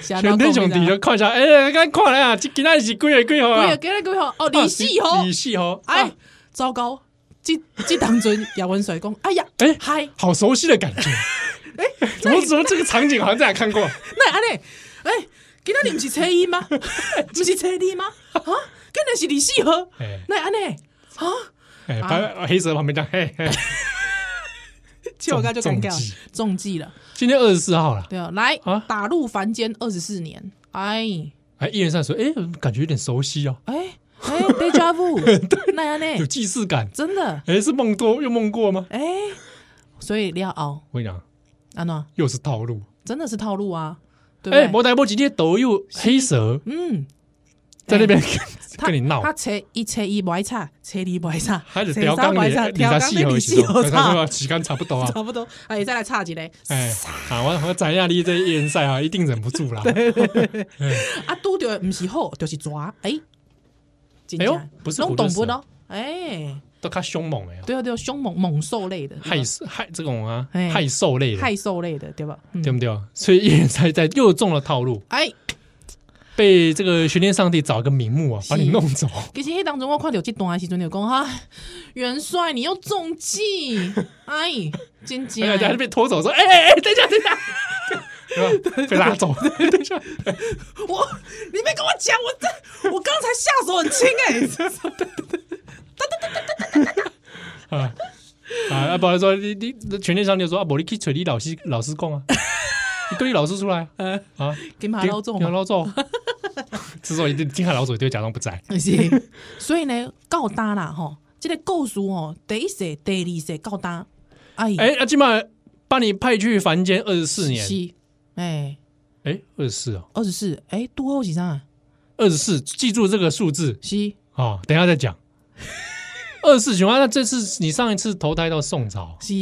全
全天兄弟就看一下，哎、刚看了啊，这今仔是几个几号
对
啊
啊，？今日几号？哦，李四号
李。细吼，哎、
哎，糟糕！这这当中姚文水讲，哎呀，
哎
嗨，
好熟悉的感觉。 哎、怎么怎么这个场景好像在哪看过？
那安尼，哎，今天你不是初一 吗？不是初二吗？啊，今天是李四号。
哎
那安尼啊，
哎，旁、黑蛇旁边这样，嘿嘿，
就我刚就尴尬
中计，
中计了。
今天二十四号了。
对啊，来
啊
打入凡间二十四年，哎
哎，一元上说，哎、感觉有点熟悉哦，
哎哎，deja vu，那安
有
尼
既视感。
真的
哎、是梦多又梦过吗？
哎，所以你要熬
我跟你讲，
安诺，
又是套路。
真的是套路啊，对
哎，
不对？
摩代波今天都又黑蛇
嗯。
在那边、
他
跟你闹。
他车一车一不爱差，车二不爱差，
他就
车
调
三
缸
不爱
你
差，，
你才
调缸
细
被
和
你哦
其
四
中，
号
他
差，
说时间差不多啊。
差不多。哎，再来差一个
哎，啊，我我知影你这叶元赛啊，一定忍不住啦。
啊，拄着不是好，就是抓。哎，真
哎
的
呦不是
弄
虎的
懂不
蛇
咯？哎，
都较凶猛哎、
对啊对啊，凶猛猛兽类的，
害死害这种啊，
哎
害兽类的，
害兽类的，对吧？嗯
对不对？所以叶元赛在又中了套路，
哎，
被这个玄天上帝找个名目啊，把你弄走。
其实迄当中我看到这段的时阵，就讲哈，元帅你又中 计，哎，真正
哎，他就
的，
被拖走，说：“哎哎哎，等一下，等一 下。”对吧？被拉走，等一下，
我你没跟我讲，我这我刚才下手很轻 哎，
啊 啊！啊，不然说你你全天上帝说啊，我你去找你老师老师讲啊，你各位老师出来
呃
啊，
给马老总哦
给马老 总，之所以金海老总一定会假装不在，
是， 所以呢，告搭啦吼，这个故事吼，第一世、第二世告搭， 哎，
哎，啊，今晚把你派去凡间二十四年，
是，哎，
哎，二十四哦，
二十四，哎，多好几张啊？
二十四，记住这个数字
是，
哦，等一下再 讲。二十四情况，那这次你上一次投胎到宋朝，
是，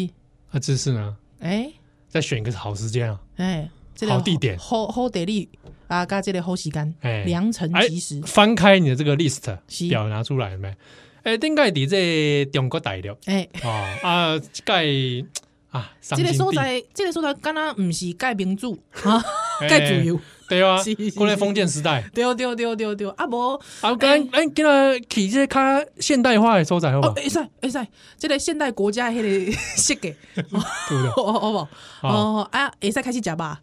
那这次呢？
哎，
再选一个好时间啊！
哎，这个
好地点
好好地利啊，加这个好时间
哎，
良辰
哎
吉时，
翻开你的这个 list
是
表拿出来了没？哎，顶盖底这中国大陆
哎，
哦啊，这盖啊，
这个所
地
在，这个所在，敢若毋是盖民主 啊，
哎
盖自由，
对啊
是是，
过来封建时代
对对对对对，啊无。
啊，跟哎跟他起这卡现代化的所在好不
哦
好，？
会使会使，即个现代国家迄 个设计，
对不对？
好好好无？哦啊，会使开始食吧。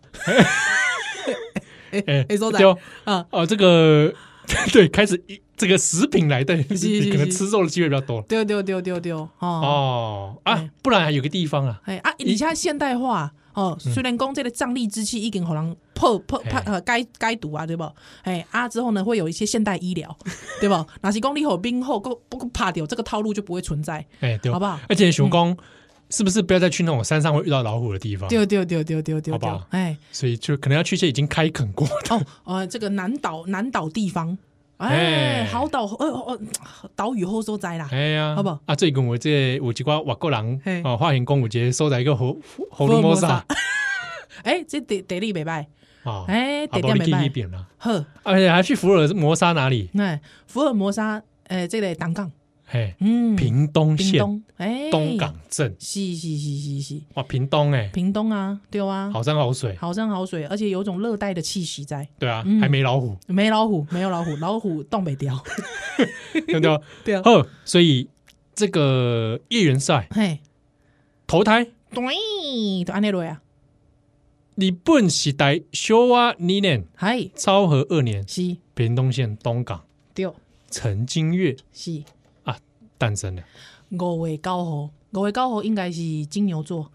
哎
诶所在
对哦
啊，
哦，这个 对，开始一这个食品来对，
是是
可能吃肉的机会比较多了
对对对对对，哦，
哦啊，不然还有个地方啊，
哎啊，而且现代化哦，虽然讲这个瘴疠之气已经互人破破破
哎
呃该该毒啊，对不？哎啊之后呢，会有一些现代医疗， 对不？若是讲你有病后，不不怕掉这个套路就不会存在。
哎，对哦，
好不好嗯
而且熊公是不是不要再去那种山上会遇到老虎的地方？
对对对对对对
好不
对
好，
哎
所以就可能要去一些已经开垦过的。
哦呃，这个南岛南岛地方，
哎
哎，好岛呃呃岛屿后所在啦，
哎呀，
好不好
啊，最近我这有一寡外国
嘿
人哦，化形公有节收在一个猴猴罗摩萨
哎，这地地理袂歹，
啊，
哎，
啊，
地
不然
点
你去那
袂歹，
边啦，
好，
而且还去福尔摩沙哪里？
哎，福尔摩沙，哎，这个东港，
嘿，
嗯，
屏东
屏
县
东，哎，
东，港镇，
是是是是是，
哇，屏东哎，
屏东啊，对啊，
好山好水，
好山好水，而且有种热带的气息在，
对啊
嗯，
还没老 虎，
没老虎，没有老虎，老虎冻北掉，
对不对？
对啊，
哦，所以这个叶元帅
嘿，
投胎
对，就安尼落啊，
日本时代昭和二年、
嗨，
昭和二年，
是，
屏东县东港
对，
陈金月
是，
啊诞生了。
五月九号，五月九号应该是金牛 座，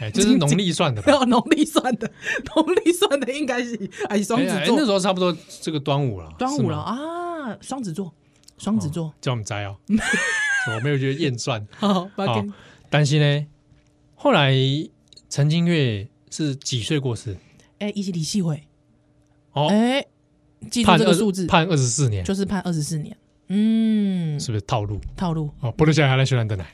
哎，这是农历算的吧
然？后哦农历算的，农历算的应该是还是双子
哎哎
座
那，时候差不多这个端午了，
端午了
是吗，
啊，双子座，双子座，
叫我们摘哦。 我没有觉得验算
好，不要
啊
紧，
但是呢，后来陈金月是几岁过世？
哎，一起李细回，
哦，
哎，记住
判
这
二
个数字，
判二十四年，
就是判二十四年，嗯，
是不是套路？
套路，
哦，波多下来来修兰登来。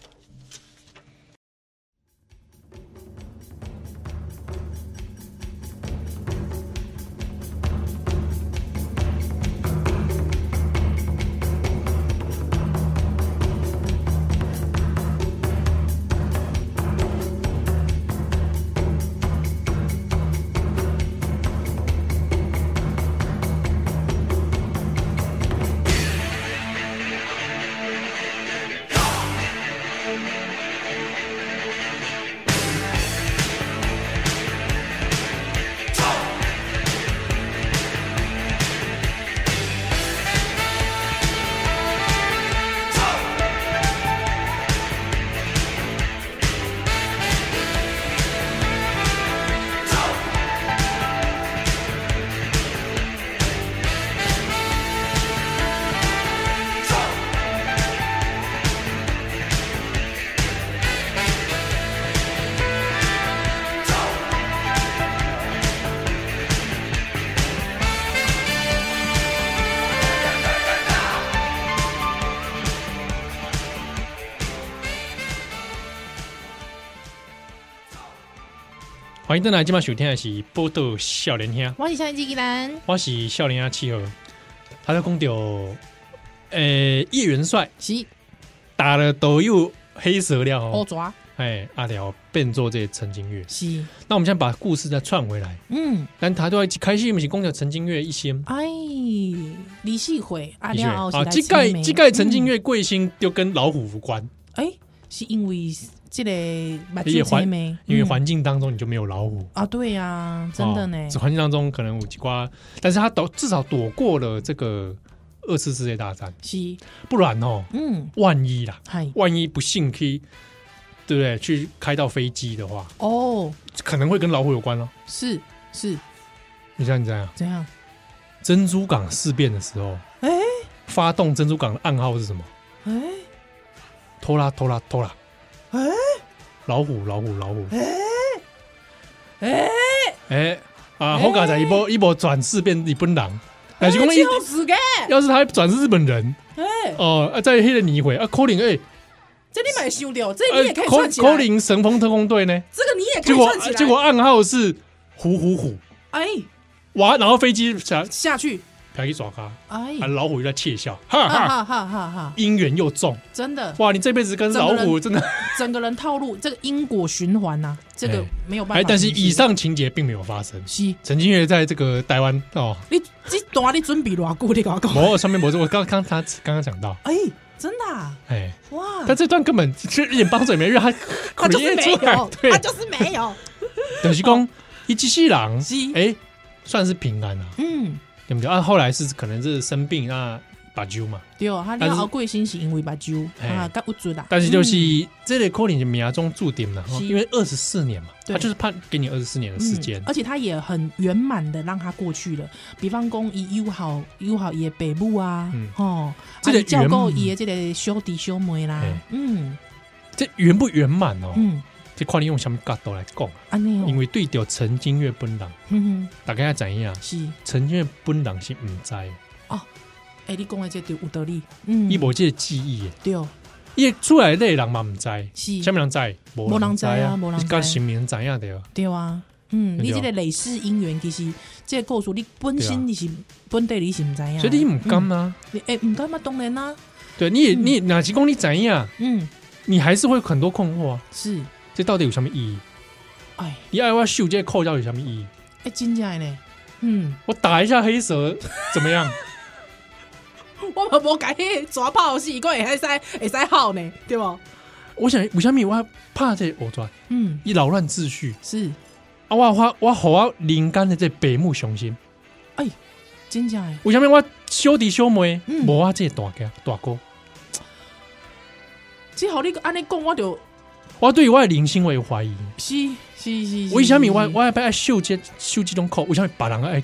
欢迎登来，今晚收听的是波多笑莲兄，
我是向纪兰，
我是笑莲兄七号。他在公掉，呃，叶元帅
是
打了斗又黑蛇了哦
乌爪，
哎，阿廖变做这个陈金月。
是，
那我们现在把故事再串回来，
嗯，
但他都要开始，不是讲着陈金月一仙。
哎，李细回，啊，
的确
了后是
啊，
来
这
清
盖
明
这盖陈金，
嗯
月贵姓就跟老虎无关，
哎，是因为这个目
也
睭
环
青梅，
因为
嗯
环境当中你就没有老虎。
啊，对呀，真的呢
哦，这环境当中可能有几瓜，但是他躲至少躲过了这个二次世界大战，
是，
不然哦，
嗯，
万一啦，
嗨，
万一不幸去对不对？去开到飞机的话，
哦，
可能会跟老虎有关哦。
是是，
你想你想想，
怎样？
珍珠港事变的时候，
哎
发动珍珠港的暗号是什么？
哎
拖拉拖拉拖拉，
哎
老虎老虎老虎，
哎，
哎啊！后港仔一波一波转世变日本人，但是讲
哎
一
死个，
要是他转是日本人
哎，
哦，啊在黑的你回啊，扣零哎，呃
这你买修掉，这你也可以
扣
串起来
扣，零神风特工队呢？
这个你也可
结
以
果
串起来，
结果暗号是虎虎虎，
哎
哇！然后飞机想
下去，
啪一爪咖，
哎
啊，老虎又在窃笑，哈
啊哈
哈，
哈哈哈哈，
姻缘又重，
真的，
哇！你这辈子跟老虎真的
整个人套路，这个因果循环呐，这个
哎
没有办
哎，
法。
但是以上情节并没有发生。
是。
陈金月在这个台湾哦，
你这段你准备偌久？你跟我讲，
某上面某我刚刚他刚刚讲到，
哎、真的、啊、
哎，
哇！
但这段根本就一点帮助也没有，因为他
他就是没
create 出来
有，
对
他，就是没有。
等于讲一机器狼
是，
哎，算是平安啊，
嗯，
对不对？啊，后来是可能是生病啊，把酒嘛，
对哦，他
但是
了后贵心是因为目睭
嘿
啊，甲有准啦。
但是就是
嗯
这类扣你的命中注定了，哦
是
因为二十四年嘛，
对
他就是判给你二十四年的时间
嗯，而且他也很圆满的让他过去了。比方讲，伊友好友好伊的北母啊
嗯，
吼，
这
啊
个
伊照顾
圆
伊的这个小弟小妹啦
嘿，
嗯
这圆不圆满哦？
嗯，
这看你用什么角度来讲啊？
安尼哦，
因为对着陈金月本人，
嗯
大概要怎样啊
哼，？是，
陈金月本人是唔知的，
嗯哎，你讲的这对有道理，嗯
伊，无这个记忆的，
对，
伊出来的人嘛唔知，
是，
下面人知，无
没人知啊没人知
跟新民知影对吧？
对啊，嗯，
对
你
啊
这个累世姻缘其实这个故事你本
对啊
身你是本地你是唔知影，
所以你唔甘啊，
嗯，哎，唔甘嘛，当然啦，
对，你也
嗯
你也哪是讲你怎样，
嗯，
你还是会有很多困惑啊。
是，
这到底有什么意义？
哎，
你爱我秀这个扣掉有什么意义？
哎，真正的呢，嗯，
我打一下黑蛇怎么 样？
我嘛无改迄抓炮戏，我会使会使好呢，对不？
我想为什么我怕这偶抓，
嗯，
伊扰乱秩序
是，
啊！我我我好我灵感的这北目雄心，
真正的，
为什么我小弟小妹
嗯
无我这大哥大哥？
只好你安尼讲，我就是
我对我的灵性我有怀疑，
是是是，是
为什么我
是
我要爱秀这秀这种扣？为什么别人爱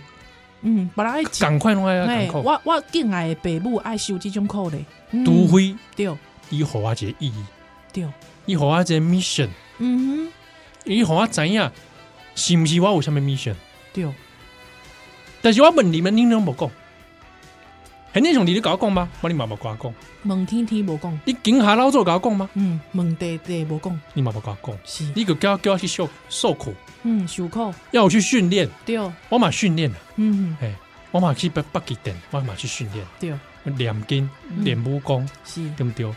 嗯，把人爱讲，
赶快弄爱赶
哎，
扣？
我我敬爱的爸母爱受这种苦嘞，嗯
独灰
对
伊互我一个意义，
对，
伊互我一个 mission，
嗯哼
伊互我知影是毋是我有啥物 mission？
对，
但是我问你们，恁拢无讲。很正常，你咧甲我讲吗？我你嘛无甲我讲，
问天天无讲，
你警察老早甲我讲吗？
嗯，问地地无讲，
你嘛无甲我讲，
是，
你个叫我叫我去受受苦，
嗯，受苦
要我去训练，
对，
我嘛训练了，
嗯
哎，我嘛去北北极点，我嘛去训练，
对，
练筋
嗯
练武功，
是，
对不对？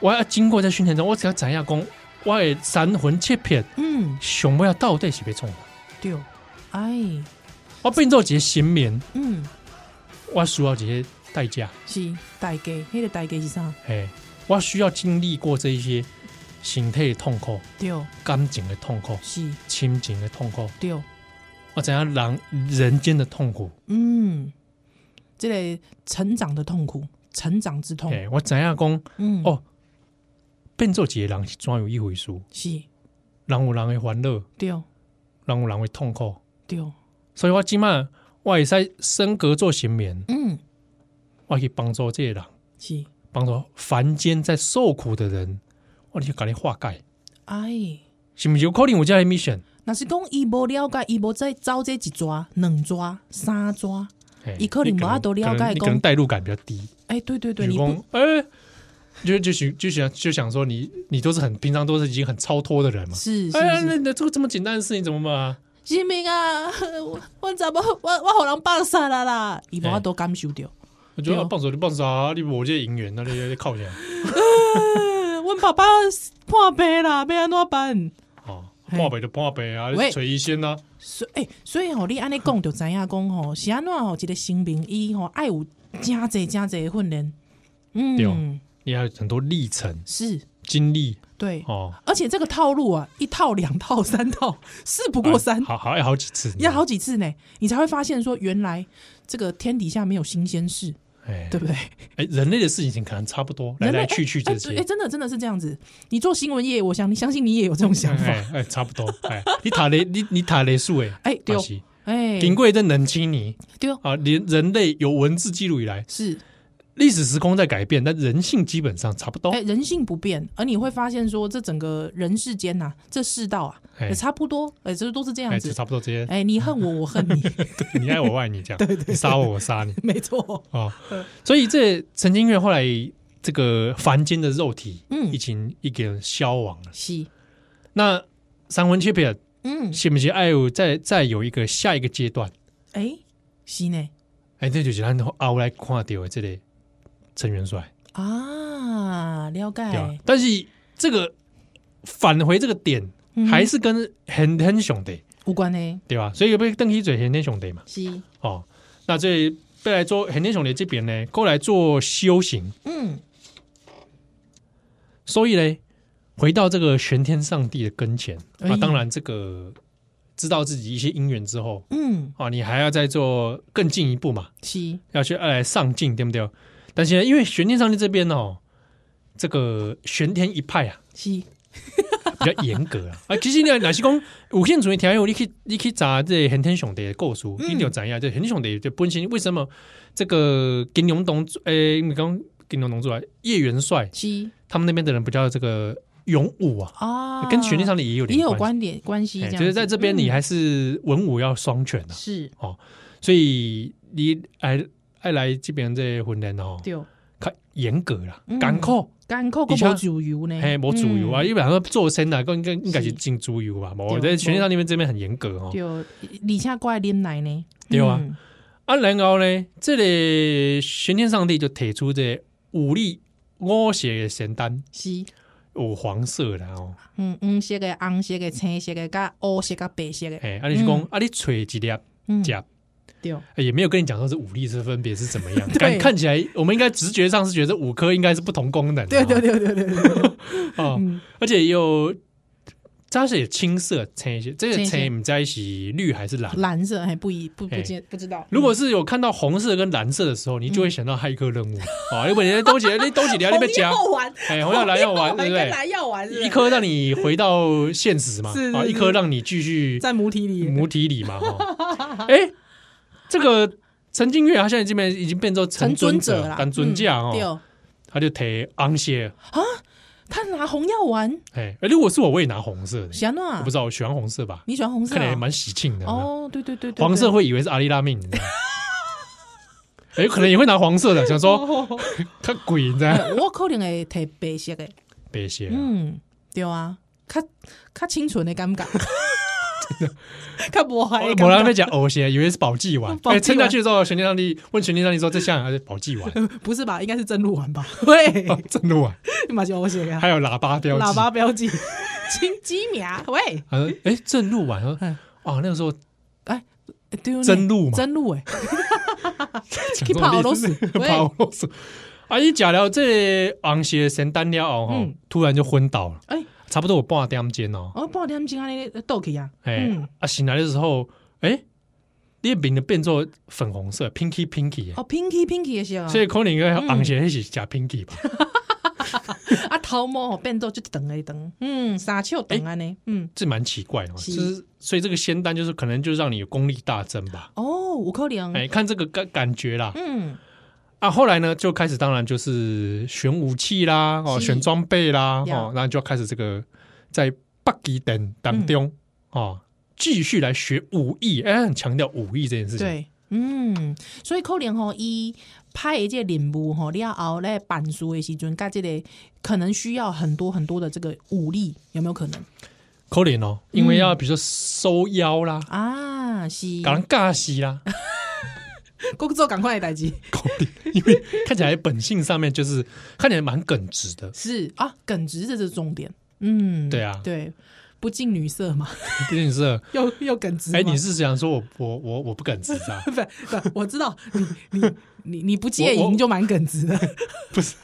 我要经过在训练中，我只要知影讲，我的三魂七魄
嗯
想要到底是要创啥？
对，哎，
我变做一个神明，
嗯
我需要一个代价，
是大家，迄个大家是啥？
哎，我需要经历过这一些身体的痛苦、
对，
感情的痛苦、
是，
亲情的痛苦，
对。
我怎样人人间的痛苦？
嗯，这个成长的痛苦，成长之痛。
哎，我怎样讲？
嗯，
哦变做一个人是怎有一回事？
是，
人有人的欢乐，
对
人有人的痛苦，
对，
所以我即满我会使升格做神明，
嗯，
我去帮助这个人，
是，
帮助凡间在受苦的人，我去给你化解，
哎，
是不是有可能有这样的 mission？
若是讲伊无了解，伊无再走这一抓、两抓、三抓，
哎
他可能没办法了解
你可能你可
说
能代入感比较低，
哎、对对对，
比
你
如
不
说，哎，就就想就想就想说你你都是很平常都是已经很超脱的人嘛，
是是
哎，
是，
那那这个这么简单的事情怎么嘛？
是命啊， 我我怎么我我互人放杀啦啦，伊无法度感受着。
我觉得
对
啊
哦
棒手就棒手啊，你我这银元，那你你靠起来
嗯，阮爸爸破病啦，要安怎办？
啊，
嘿
半杯就半杯啊，
喂
锤一仙呐。
所哎、所以吼、你安尼讲就知影讲吼，是安怎吼，一个新民伊吼爱有真济真济的训练，
对
嗯
哦，你还有很多历程、
是，
经历
对，
哦，
而且这个套路啊，一套、两套、 三套，事不过三，
哎好好要好几次，
要好几次呢，你才会发现说，原来这个天底下没有新鲜事，
哎，哎
对 不对？
哎，人类的事情可能差不多，来
人类
来去去这
哎、
些，
真的真的是这样子。你做新闻业，我想你相信你也有这种想法。
哎哎，差不多。哎，你塔雷你你塔雷树哎，
哎对哦
嘛是
哎、
顶贵的冷清尼
对哦，
啊，连人类有文字记录以来，
是
历史时空在改变，但人性基本上差不多
哎、。人性不变，而你会发现说，这整个人世间呐、这世道啊，
哎
也差不多，哎、这都是这样
哎，
子
就。差不多这些。
哎、你恨我，我恨你，
你爱我，我爱你， 这样。你杀我，我杀你
没错。
啊！
嗯
所以这陈金月后来这个凡间的肉体，
嗯
已经已经消亡了。
是，
那三魂七魄
嗯，
是不是爱有再再有一个下一个阶段？
哎、是呢
哎，这就是咱后来看到的这个陈元帅，
啊，了
对吧
解？，
但是这个返回这个点，
嗯
还是跟很很兄弟，
无关呢，
对吧？所以被邓启嘴很天兄弟嘛，
是，
哦，那这被来做很天兄弟这边呢，过来做修行，
嗯，
所以呢，回到这个玄天上帝的跟前
哎
啊，当然这个知道自己一些因缘之后
嗯，
啊，你还要再做更进一步嘛，
是，
要去来上进，对不对？但是呢，因为玄天上帝这边哦，这个玄天一派啊
是，
比较严格啊。啊，其实你哪是讲五线主义条约，你去你去查这玄天兄弟的构书，
嗯
你就怎样？这玄天兄弟就本身为什么这个金融董诶，你讲金融董出来啊叶元帅
是
他们那边的人不叫这个勇武啊，
啊，
跟玄天上帝也有点
也有
关
关点关系，
系，哎
这
就
样子
是在这边你
嗯
还是文武要双全啊，
是
所以你爱爱来这边这婚人哦，
对，
较严格啦
嗯，
艰苦。
干扣个
而
无
且
自由呢，
嘿，无自由啊，
嗯，
因为好像做生啊，应该应该是
是
进自由吧。无
对
在全天上那边这边很严格哦。
嗯对，而且过来连来呢，
对啊
嗯，
啊，然后呢，这个玄天上帝就提出这五力五色的神丹，
是，
有黄色的哦。
嗯，黄色的、红色的、青色的、甲乌色、甲白色的，
嘿，啊，你是讲
嗯
啊，你吹几粒
嗯，
甲，啊
对，
也没有跟你讲说这五力是分别是 怎么样。
对
感看起来，我们应该直觉上是觉得这五颗应该是不同功能的哦。
对对对对，
啊，
嗯
而且有。它是有青色、青色，这个
青色
青不在一起，绿还是蓝？
蓝色还不一不不
嘿
见不知道，嗯
如果是有看到红色跟蓝色的时候，你就会想到骇客任务啊！如果你在东西，你东西 你要那边夹，
玩，
哎，红要蓝要 玩，对不
跟
对？
蓝药丸是不是
一颗让你回到现实嘛
是，是
啊，
是
一颗让你继续
在母体里，
母体里嘛， 哈。哎，这个陈金月他现在这边已经变成
成
陈
尊
尊
者啦，
当尊驾
嗯对
哦，
哦，
他就提昂些，
他拿红药丸，
哎，哎如果是我，我也拿红色的，
喜欢
我
啊
不，知道我喜欢红色吧，
你喜欢红色
看
啊？
起来蛮喜庆的有没有
哦，对对对对，对
黄色会以为是阿里拉命，你知道吗？ 哎，可能也会拿黄色的，想说
哦，
他鬼，你知道吗？
哎我可能会摕白色 的，
白些啊，
嗯，对啊，较较清纯 的感觉， 较无害的
某人
感
被讲呕血，以为是宝济 丸，
宝济丸
哎，撑下去的时候，玄天上帝问玄天上帝说：“这像还是宝济丸
觉，不是吧？应该是真鹿 丸吧？喂，
哦正路 丸，
马修，我啊写个
还有喇叭标记。”
喇叭标记， 清机名喂，
他说：“哎，正路丸。”他
嗯
说：“哦，那个时候
哎，对呢，
真鹿嘛
真鹿哎，去
去
跑俄罗斯 喂
跑俄罗斯。”啊！一假了这昂血神丹了哦，吼
嗯
突然就昏倒了，
哎，
差不多有半点钟哦。
我半点钟安尼倒去啊，
哎
嗯，
啊，醒来的时候，哎，你的面就变作粉红色，pinky pinky 的。
哦，pinky pinky 的色啊，
所以可能个昂血那是假 pinky 吧？
嗯啊头毛吼变做就长一长，嗯，三尺长安尼，嗯，
这蛮奇怪哦，
是
就是所以这个仙丹就是可能就让你有功力大增吧。
哦，有可能，
哎，看这个感感觉啦
嗯，
啊，后来呢就开始当然就是选武器啦，哦，
是
选装备啦，
呀
哦，那就要开始这个在北极等当
嗯
中哦，继续来学武艺，哎，很强调武艺这件事情。
对，嗯，所以可能吼伊拍的这个任务吼，了后咧办事的时阵，甲这个可能需要很多很多的这个武力，有没有可能
可怜哦，因为
嗯
要比如说收腰啦，
啊？是，
搞人尬戏 啦，
工作赶快的代志
可怜，因为看起来本性上面就是看起来蛮耿直的，
是啊，耿直这是重点，嗯，
对啊
对，不近女色嘛，
毕竟是
又又耿直吗，
哎，你是想说我我我我不耿直 啊？
不不，我知道你你你你不介
我
意
我
你就蛮 耿直的，
不是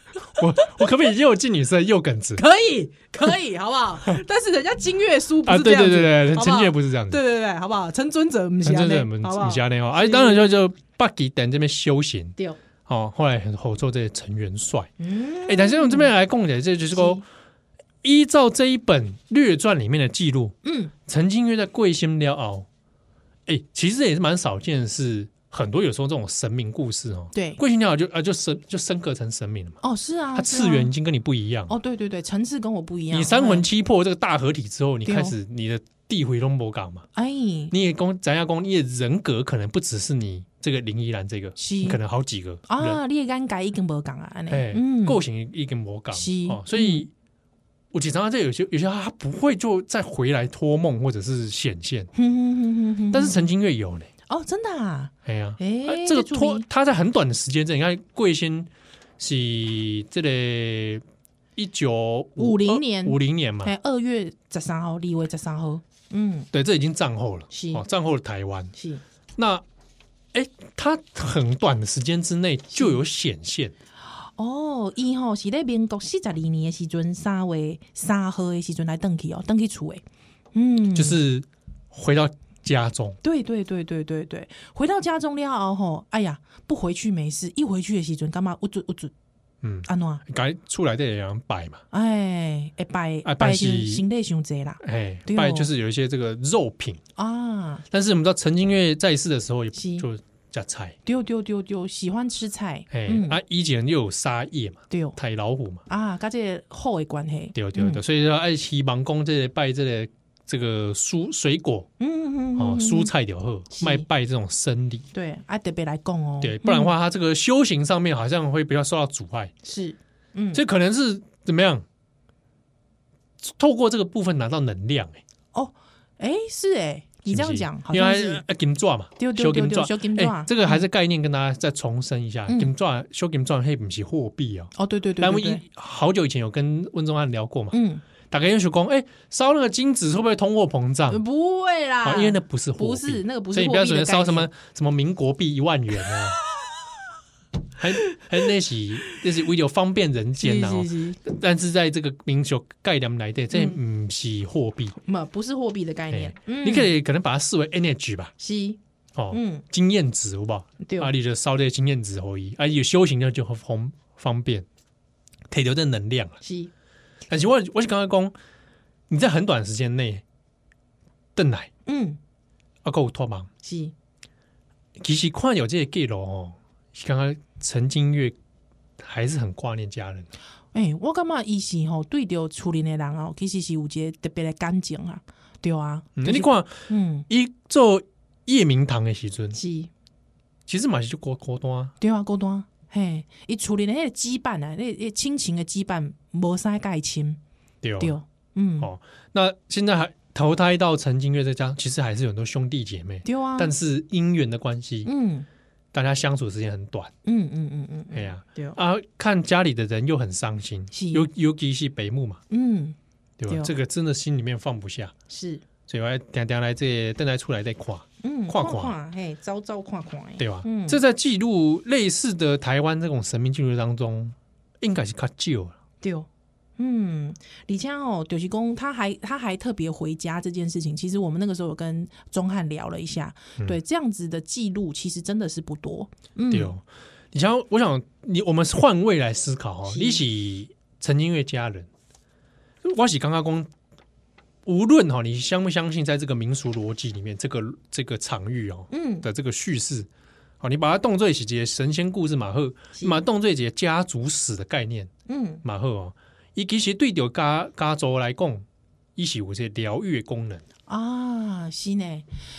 我，我可不可以又近女生又耿直
可以可以，好不好？但是人家金月书不
啊？
是这
对
样
对
子，
对对，
好
陈
好
俊也不是这样子，
对对对，好不好？陈尊者不是
陈
这
俊
样
也
呢
不
好不好？
不加那哦。哎，当然就就 Bucky 等这边修行
对，
哦，后来吼做这些陈元帅。
嗯，
哎、但是我们这边来供解，这就是说，依照这一本略传里面的记录，
嗯，
陈金月在贵心撩熬，哎、其实也是蛮少见的是，很多有时候这种神明故事哦，
对
贵心撩熬就啊就升就升格成神明了嘛，
哦，是啊，
他
是啊
次元已经跟你不一样，
哦，对对对，层次跟我不一样。
你三魂
嗯，
七魄这个大合体之后，你
对哦
开始你的地回龙博港嘛，
哎，
你也公咱要公，你的人格可能不只是你这个林依兰这个，
是
你可能好几个人，
啊，你的眼界已经无共啊，安尼
哎，
嗯，
构型一根魔港
是嗯
哦，所以我经常在有些有些他不会就再回来托梦或者是显现，
哼哼哼哼哼
但是陈金月有呢，
哦，真的啊，
哎呀，
哎、
啊这个
注
托
意
他在很短的时间之内，你看贵先是这个一九
50年
五零年嘛，
哎，二月十三号，立位十三号，嗯，
对，这已经战后了
是，
哦，战后的台湾，
是
那哎，他很短的时间之内就有显现，
哦，伊吼是咧民国四十二年的时阵，三月三号的时阵来登去哦，登去厝诶，嗯，
就是回到家中。
对对对对对对，回到家中了后吼，哎呀，不回去没事，一回去的时阵，干嘛乌准乌准
嗯，
安怎？
该出来的也两百嘛，
哎，会拜
啊拜
拜
是
是心内伤济啦
哎
对，哦
拜就是有一些这个肉品，
啊，
但是我们知道陈金月在世的时候也
是
就加菜，
丢丢丢丢，喜欢吃菜，
哎
嗯，
啊，以前又有沙叶嘛，
对
太老虎嘛，
啊，跟这个好的关系，
对哦对对，所以说爱哎希望公这些拜这类这个蔬水果
嗯嗯嗯，
哦，
嗯
蔬菜就好，
是
卖拜这种生理，
对啊，特别来讲哦，
对，不然的话他这个修行上面好像会比较受到阻碍，
是，嗯，
所以可能是怎么样，透过这个部分拿到能量，哎，
哦，哎，是哎，你这样讲好
因
像
为
是
它呃金爪嘛，
对对
修
对
金
对
爪，
修金
哎
爪
这个还是概念，跟大家再重申一下，
嗯
金爪修金爪，嘿，不是货币哦。
哦，对对对
但我
对
一
对，
好久以前有跟温宗汉聊过嘛，
嗯，
大概要求工，哎，烧那个金子会不会通货膨胀？
不会啦
啊，，因为那不是货币，
嗯不是那个不是
所以你不要
货币
准
的
烧
概
什么
念
什么民国币一万元 啊，还还那是那是为了方便人间呐、啊哦
是。是是，
但是在这个民俗概念来的，这不是货币，
嘛，不是货币的嗯概念
哎，
嗯，
你可以可能把它视为 energy 吧，
是，
哦，
嗯，
经验值好不好？
对
啊，你就烧这个经验值而已，啊，有修行的就很方方便，提留这能量了。
是，
但是我我是刚刚讲，你在很短时间内，邓来
嗯，
啊，够脱忙。
是，
其实看有这些记录哦，是刚刚陈金月还是很挂念家人，
哎，我感觉伊是吼对着厝里的人哦，其实是有一个特别的感情啊，对啊，
嗯
就是
你看
嗯，
一做夜明堂的时阵，
是，
其实嘛是就孤孤单，
对啊，孤单，嘿，伊厝里的迄个羁绊啊，那那亲情的羁绊无啥介深，
对哦。
对，嗯，
哦那现在还投胎到陈金月这家，其实还是有很多兄弟姐妹，
对啊，
但是姻缘的关系，
嗯
大家相处时间很短。
嗯嗯嗯嗯，
哎呀、
对，
啊，看家里的人又很伤心
是，
尤尤其是北木嘛，
嗯
对吧？
对
这个真的心里面放不下，
是，
所以我要等等来这等来出来再夸，
嗯，
看看
看，嘿，招招看看，
对吧？
嗯
这在记录类似的台湾这种神秘记录当中，应该是较旧了。
对，嗯，李佳哦，九旗公他还他还特别回家这件事情，其实我们那个时候有跟钟汉聊了一下，对这样子的记录其实真的是不多，
嗯
嗯，
对哦，你想，我想你我们换位来思考哦，
是
你是陈金月家人，我是刚刚公。无论哈，你相不相信，在这个民俗逻辑里面，这个这个场域哦，
嗯，
的这个叙事，好，你把它当做是一个神仙故事马赫，
是
马当做一个家族史的概念
嗯
马赫哦，伊其实对着家家族来讲，伊是有些疗愈的功能，
啊，是呢。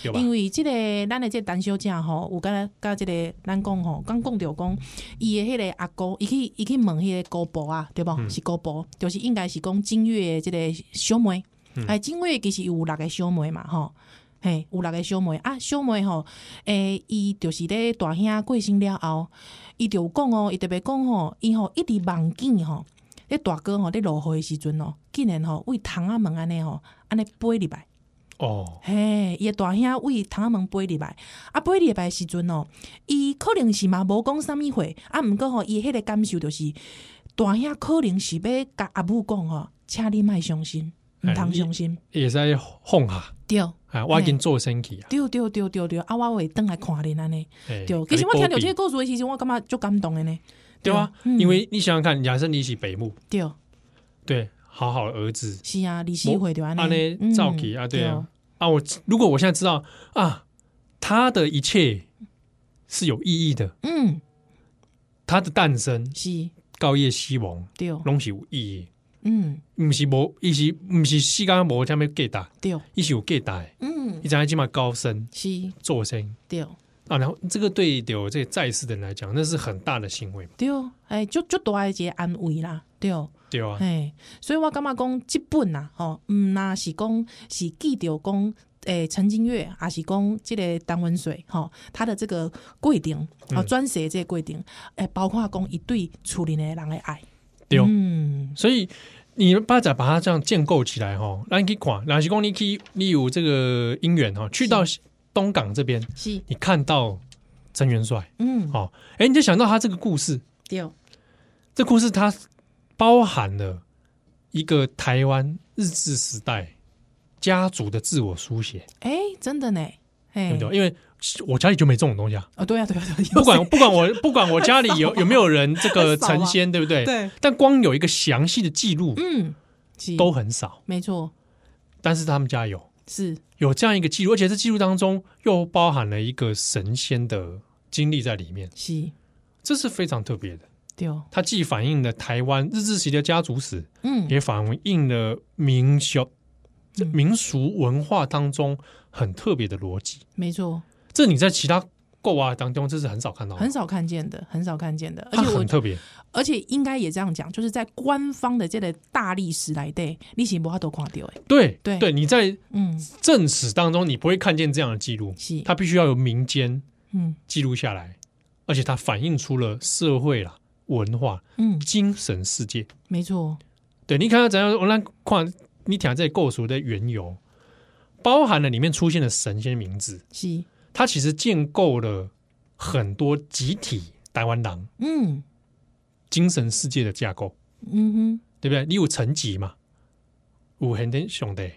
对吧？
因为即、个咱的即个单小姐吼，有甲甲即个咱讲吼，刚讲着讲，伊的迄个阿姑，伊去伊去问迄个姑婆啊，对无、
嗯
是姑婆，就是应该是讲金月的即个小妹，
嗯
哎、金月其实有六个小妹嘛吼。嘿，有六个小妹啊，小妹吼，诶、伊就是咧大兄过身了后，伊就有讲哦，伊特别讲吼，伊吼一直梦见吼，咧大哥吼咧落雨的时阵哦，竟然吼为窗仔门安尼吼，安尼飞入来。
哦，
嘿，伊的大兄为窗仔门飞入来，啊，飞入来的时阵哦，伊可能是嘛无讲啥物话，啊，毋过吼，伊迄个哦感受就是，大兄可能是要甲阿母讲吼，请你莫伤心，毋毋
哎
通伤心，
会使哄下，
对
啊，我已经做生气啊，
对对对对对，啊，我会等来看恁安尼，
哎
对，哦其实我听到这个
个，
故事的时候，我感觉足感动的呢，
对啊，
嗯
因为你想想看，假设你是北木，
对，
对，好好的儿子，
是啊，李希慧对安
安
尼，嗯
尼照起啊，对啊，啊，我如果我现在知道啊，他的一切是有意义的，
对，嗯，
他的诞生，
是，
告叶西王，
对，
拢是有意义，
嗯，
毋是无，伊是毋是世间无啥物价值，
对，
伊是有价值的，
嗯，
伊知影即嘛高升
是，
做生
对，
啊，然后这个对有这个在世的人来讲，那是很大的欣慰嘛，
对，哎，足足大的一个安慰啦，对。
对啊，
嘿，所以我感觉讲即本呐，吼，毋那是讲是记着讲。诶，陈金月还是讲即个陈文水吼，他的这个规定，吼，
嗯
转写的这个规定，诶，包括讲伊对厝里的人的爱，
对。哦
嗯，
所以你们八仔把它这样建构起来哈，让你管，哪些公你去，你有这个姻缘哈，去到东港这边，
是，
你看到陈元帅
嗯，
哦，哎、你就想到他这个故事，
对，
这故事它包含了一个台湾日治时代家族的自我书写，
诶，真的呢，
对
哎
不，对？因为我家里就没这种东西 啊，
哦，对啊，对啊，对啊，
不管不管我不管我家里有有没有人这个
很少啊
成仙，对不对？
对，
但光有一个详细的记录
嗯，是
都很少，
没错，
但是他们家有。
是，
有这样一个记录，而且这记录当中又包含了一个神仙的经历在里面，
是，
这是非常特别的。
对，哦
它既反映了台湾日治时期的家族史，
嗯，
也反映了民俗这
嗯
民俗文化当中很特别的逻辑。
没错，
这你在其他购啊当中，这是很少看到的，
很少看见的，很少看见的，而
它
且我
哦啊很特别。
而且应该也这样讲，就是在官方的这个大历史来对，你是无法都看到诶。
对
对
对，你在
嗯，
正史当中，你不会看见这样的记录，
是，
它必须要由民间
嗯
记录下来，而且它反映出了社会啦、文化、
嗯，
精神世界。
没错，
对你看到怎样，我让看你讲这构图的缘由，包含了里面出现的神仙名字，
是，
它其实建构了很多集体台湾人
嗯
精神世界的架构，
嗯哼，
对不对？你有层级嘛，有很天兄弟，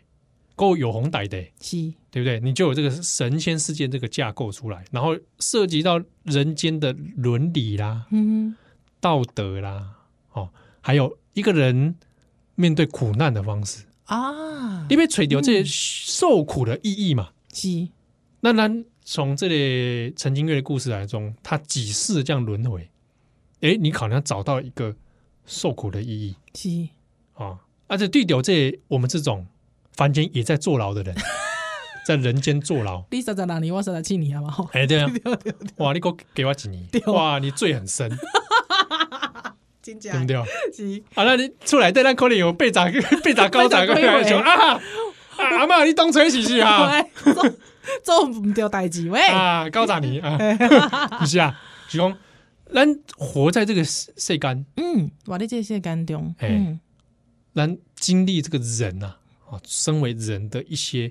够有红歹的，
是，
对不对？你就有这个神仙世界这个架构出来，然后涉及到人间的伦理啦、
嗯
道德啦，哦，还有一个人面对苦难的方式。
哼啊
你，被吹掉这些受苦的意义嘛？
是，
那咱从这里陈金月的故事来中，他几世这样轮回，诶，你好像找到一个受苦的意义
是，
啊！而且对掉这我们这种凡间也在坐牢的人，在人间坐牢，
你三十六年，我三十七年啊嘛吼，
哎，对啊，哇，你给我给我几年，哇，你罪很深，
真
对不
正
对？
是，
啊，那你出来对，咱可能有被砸、被砸高砸
被
个
砸归回
想啊，啊阿嬷你当吹是不是 啊？
哎做做唔到代志喂，
啊，高达尼啊，不是啊，是讲咱活在这个世世间，
嗯，我咧这些感动，
嘿
嗯，
咱经历这个人啊，啊，身为人的一些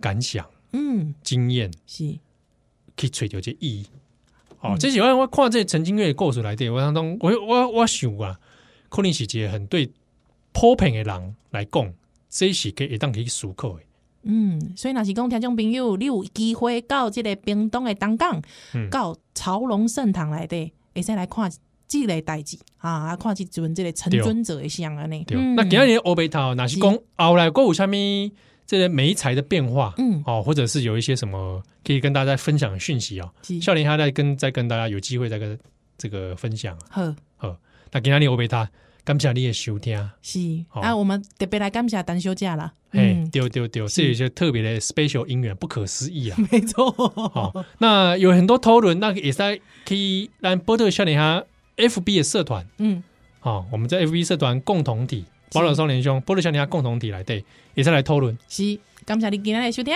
感想、
嗯，
经验，
是，
去追求这意义。哦，这是我我看这陈金月的故事来的，我当中我我我想啊，可能是一个很对普遍的人来讲，这是可以当去思考的。
嗯，所以若是讲听众朋友，你有机会到即个冰冻的东港，
嗯
到朝龙盛堂内底，会使来看即个代志啊，啊看即阵即个成尊者的像安尼。
对，
嗯
那今天的欧贝塔哦哪是讲后来过有啥咪这些媒材的变化，
嗯
哦，或者是有一些什么可以跟大家分享的讯息哦。
是
笑脸他再跟再跟大家有机会再跟这个分享啊。
好
好，那今天的欧贝塔感谢你的收听，
是
好
啊，我们特别来感谢陈小姐啦。
哎、
嗯，
丢丢丢，这有一些特别的 special 姻缘，不可思议啊。
没错，
哦，那有很多讨论，那也在可以让波特笑脸哈 FB 的社团。
嗯，
哦，我们在 FB 社团共同体，保老少年兄、波特少年下共同体来对，也再来讨论。
是感谢你今天的收听，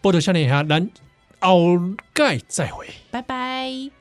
波特少年下，咱后盖再会。
拜拜。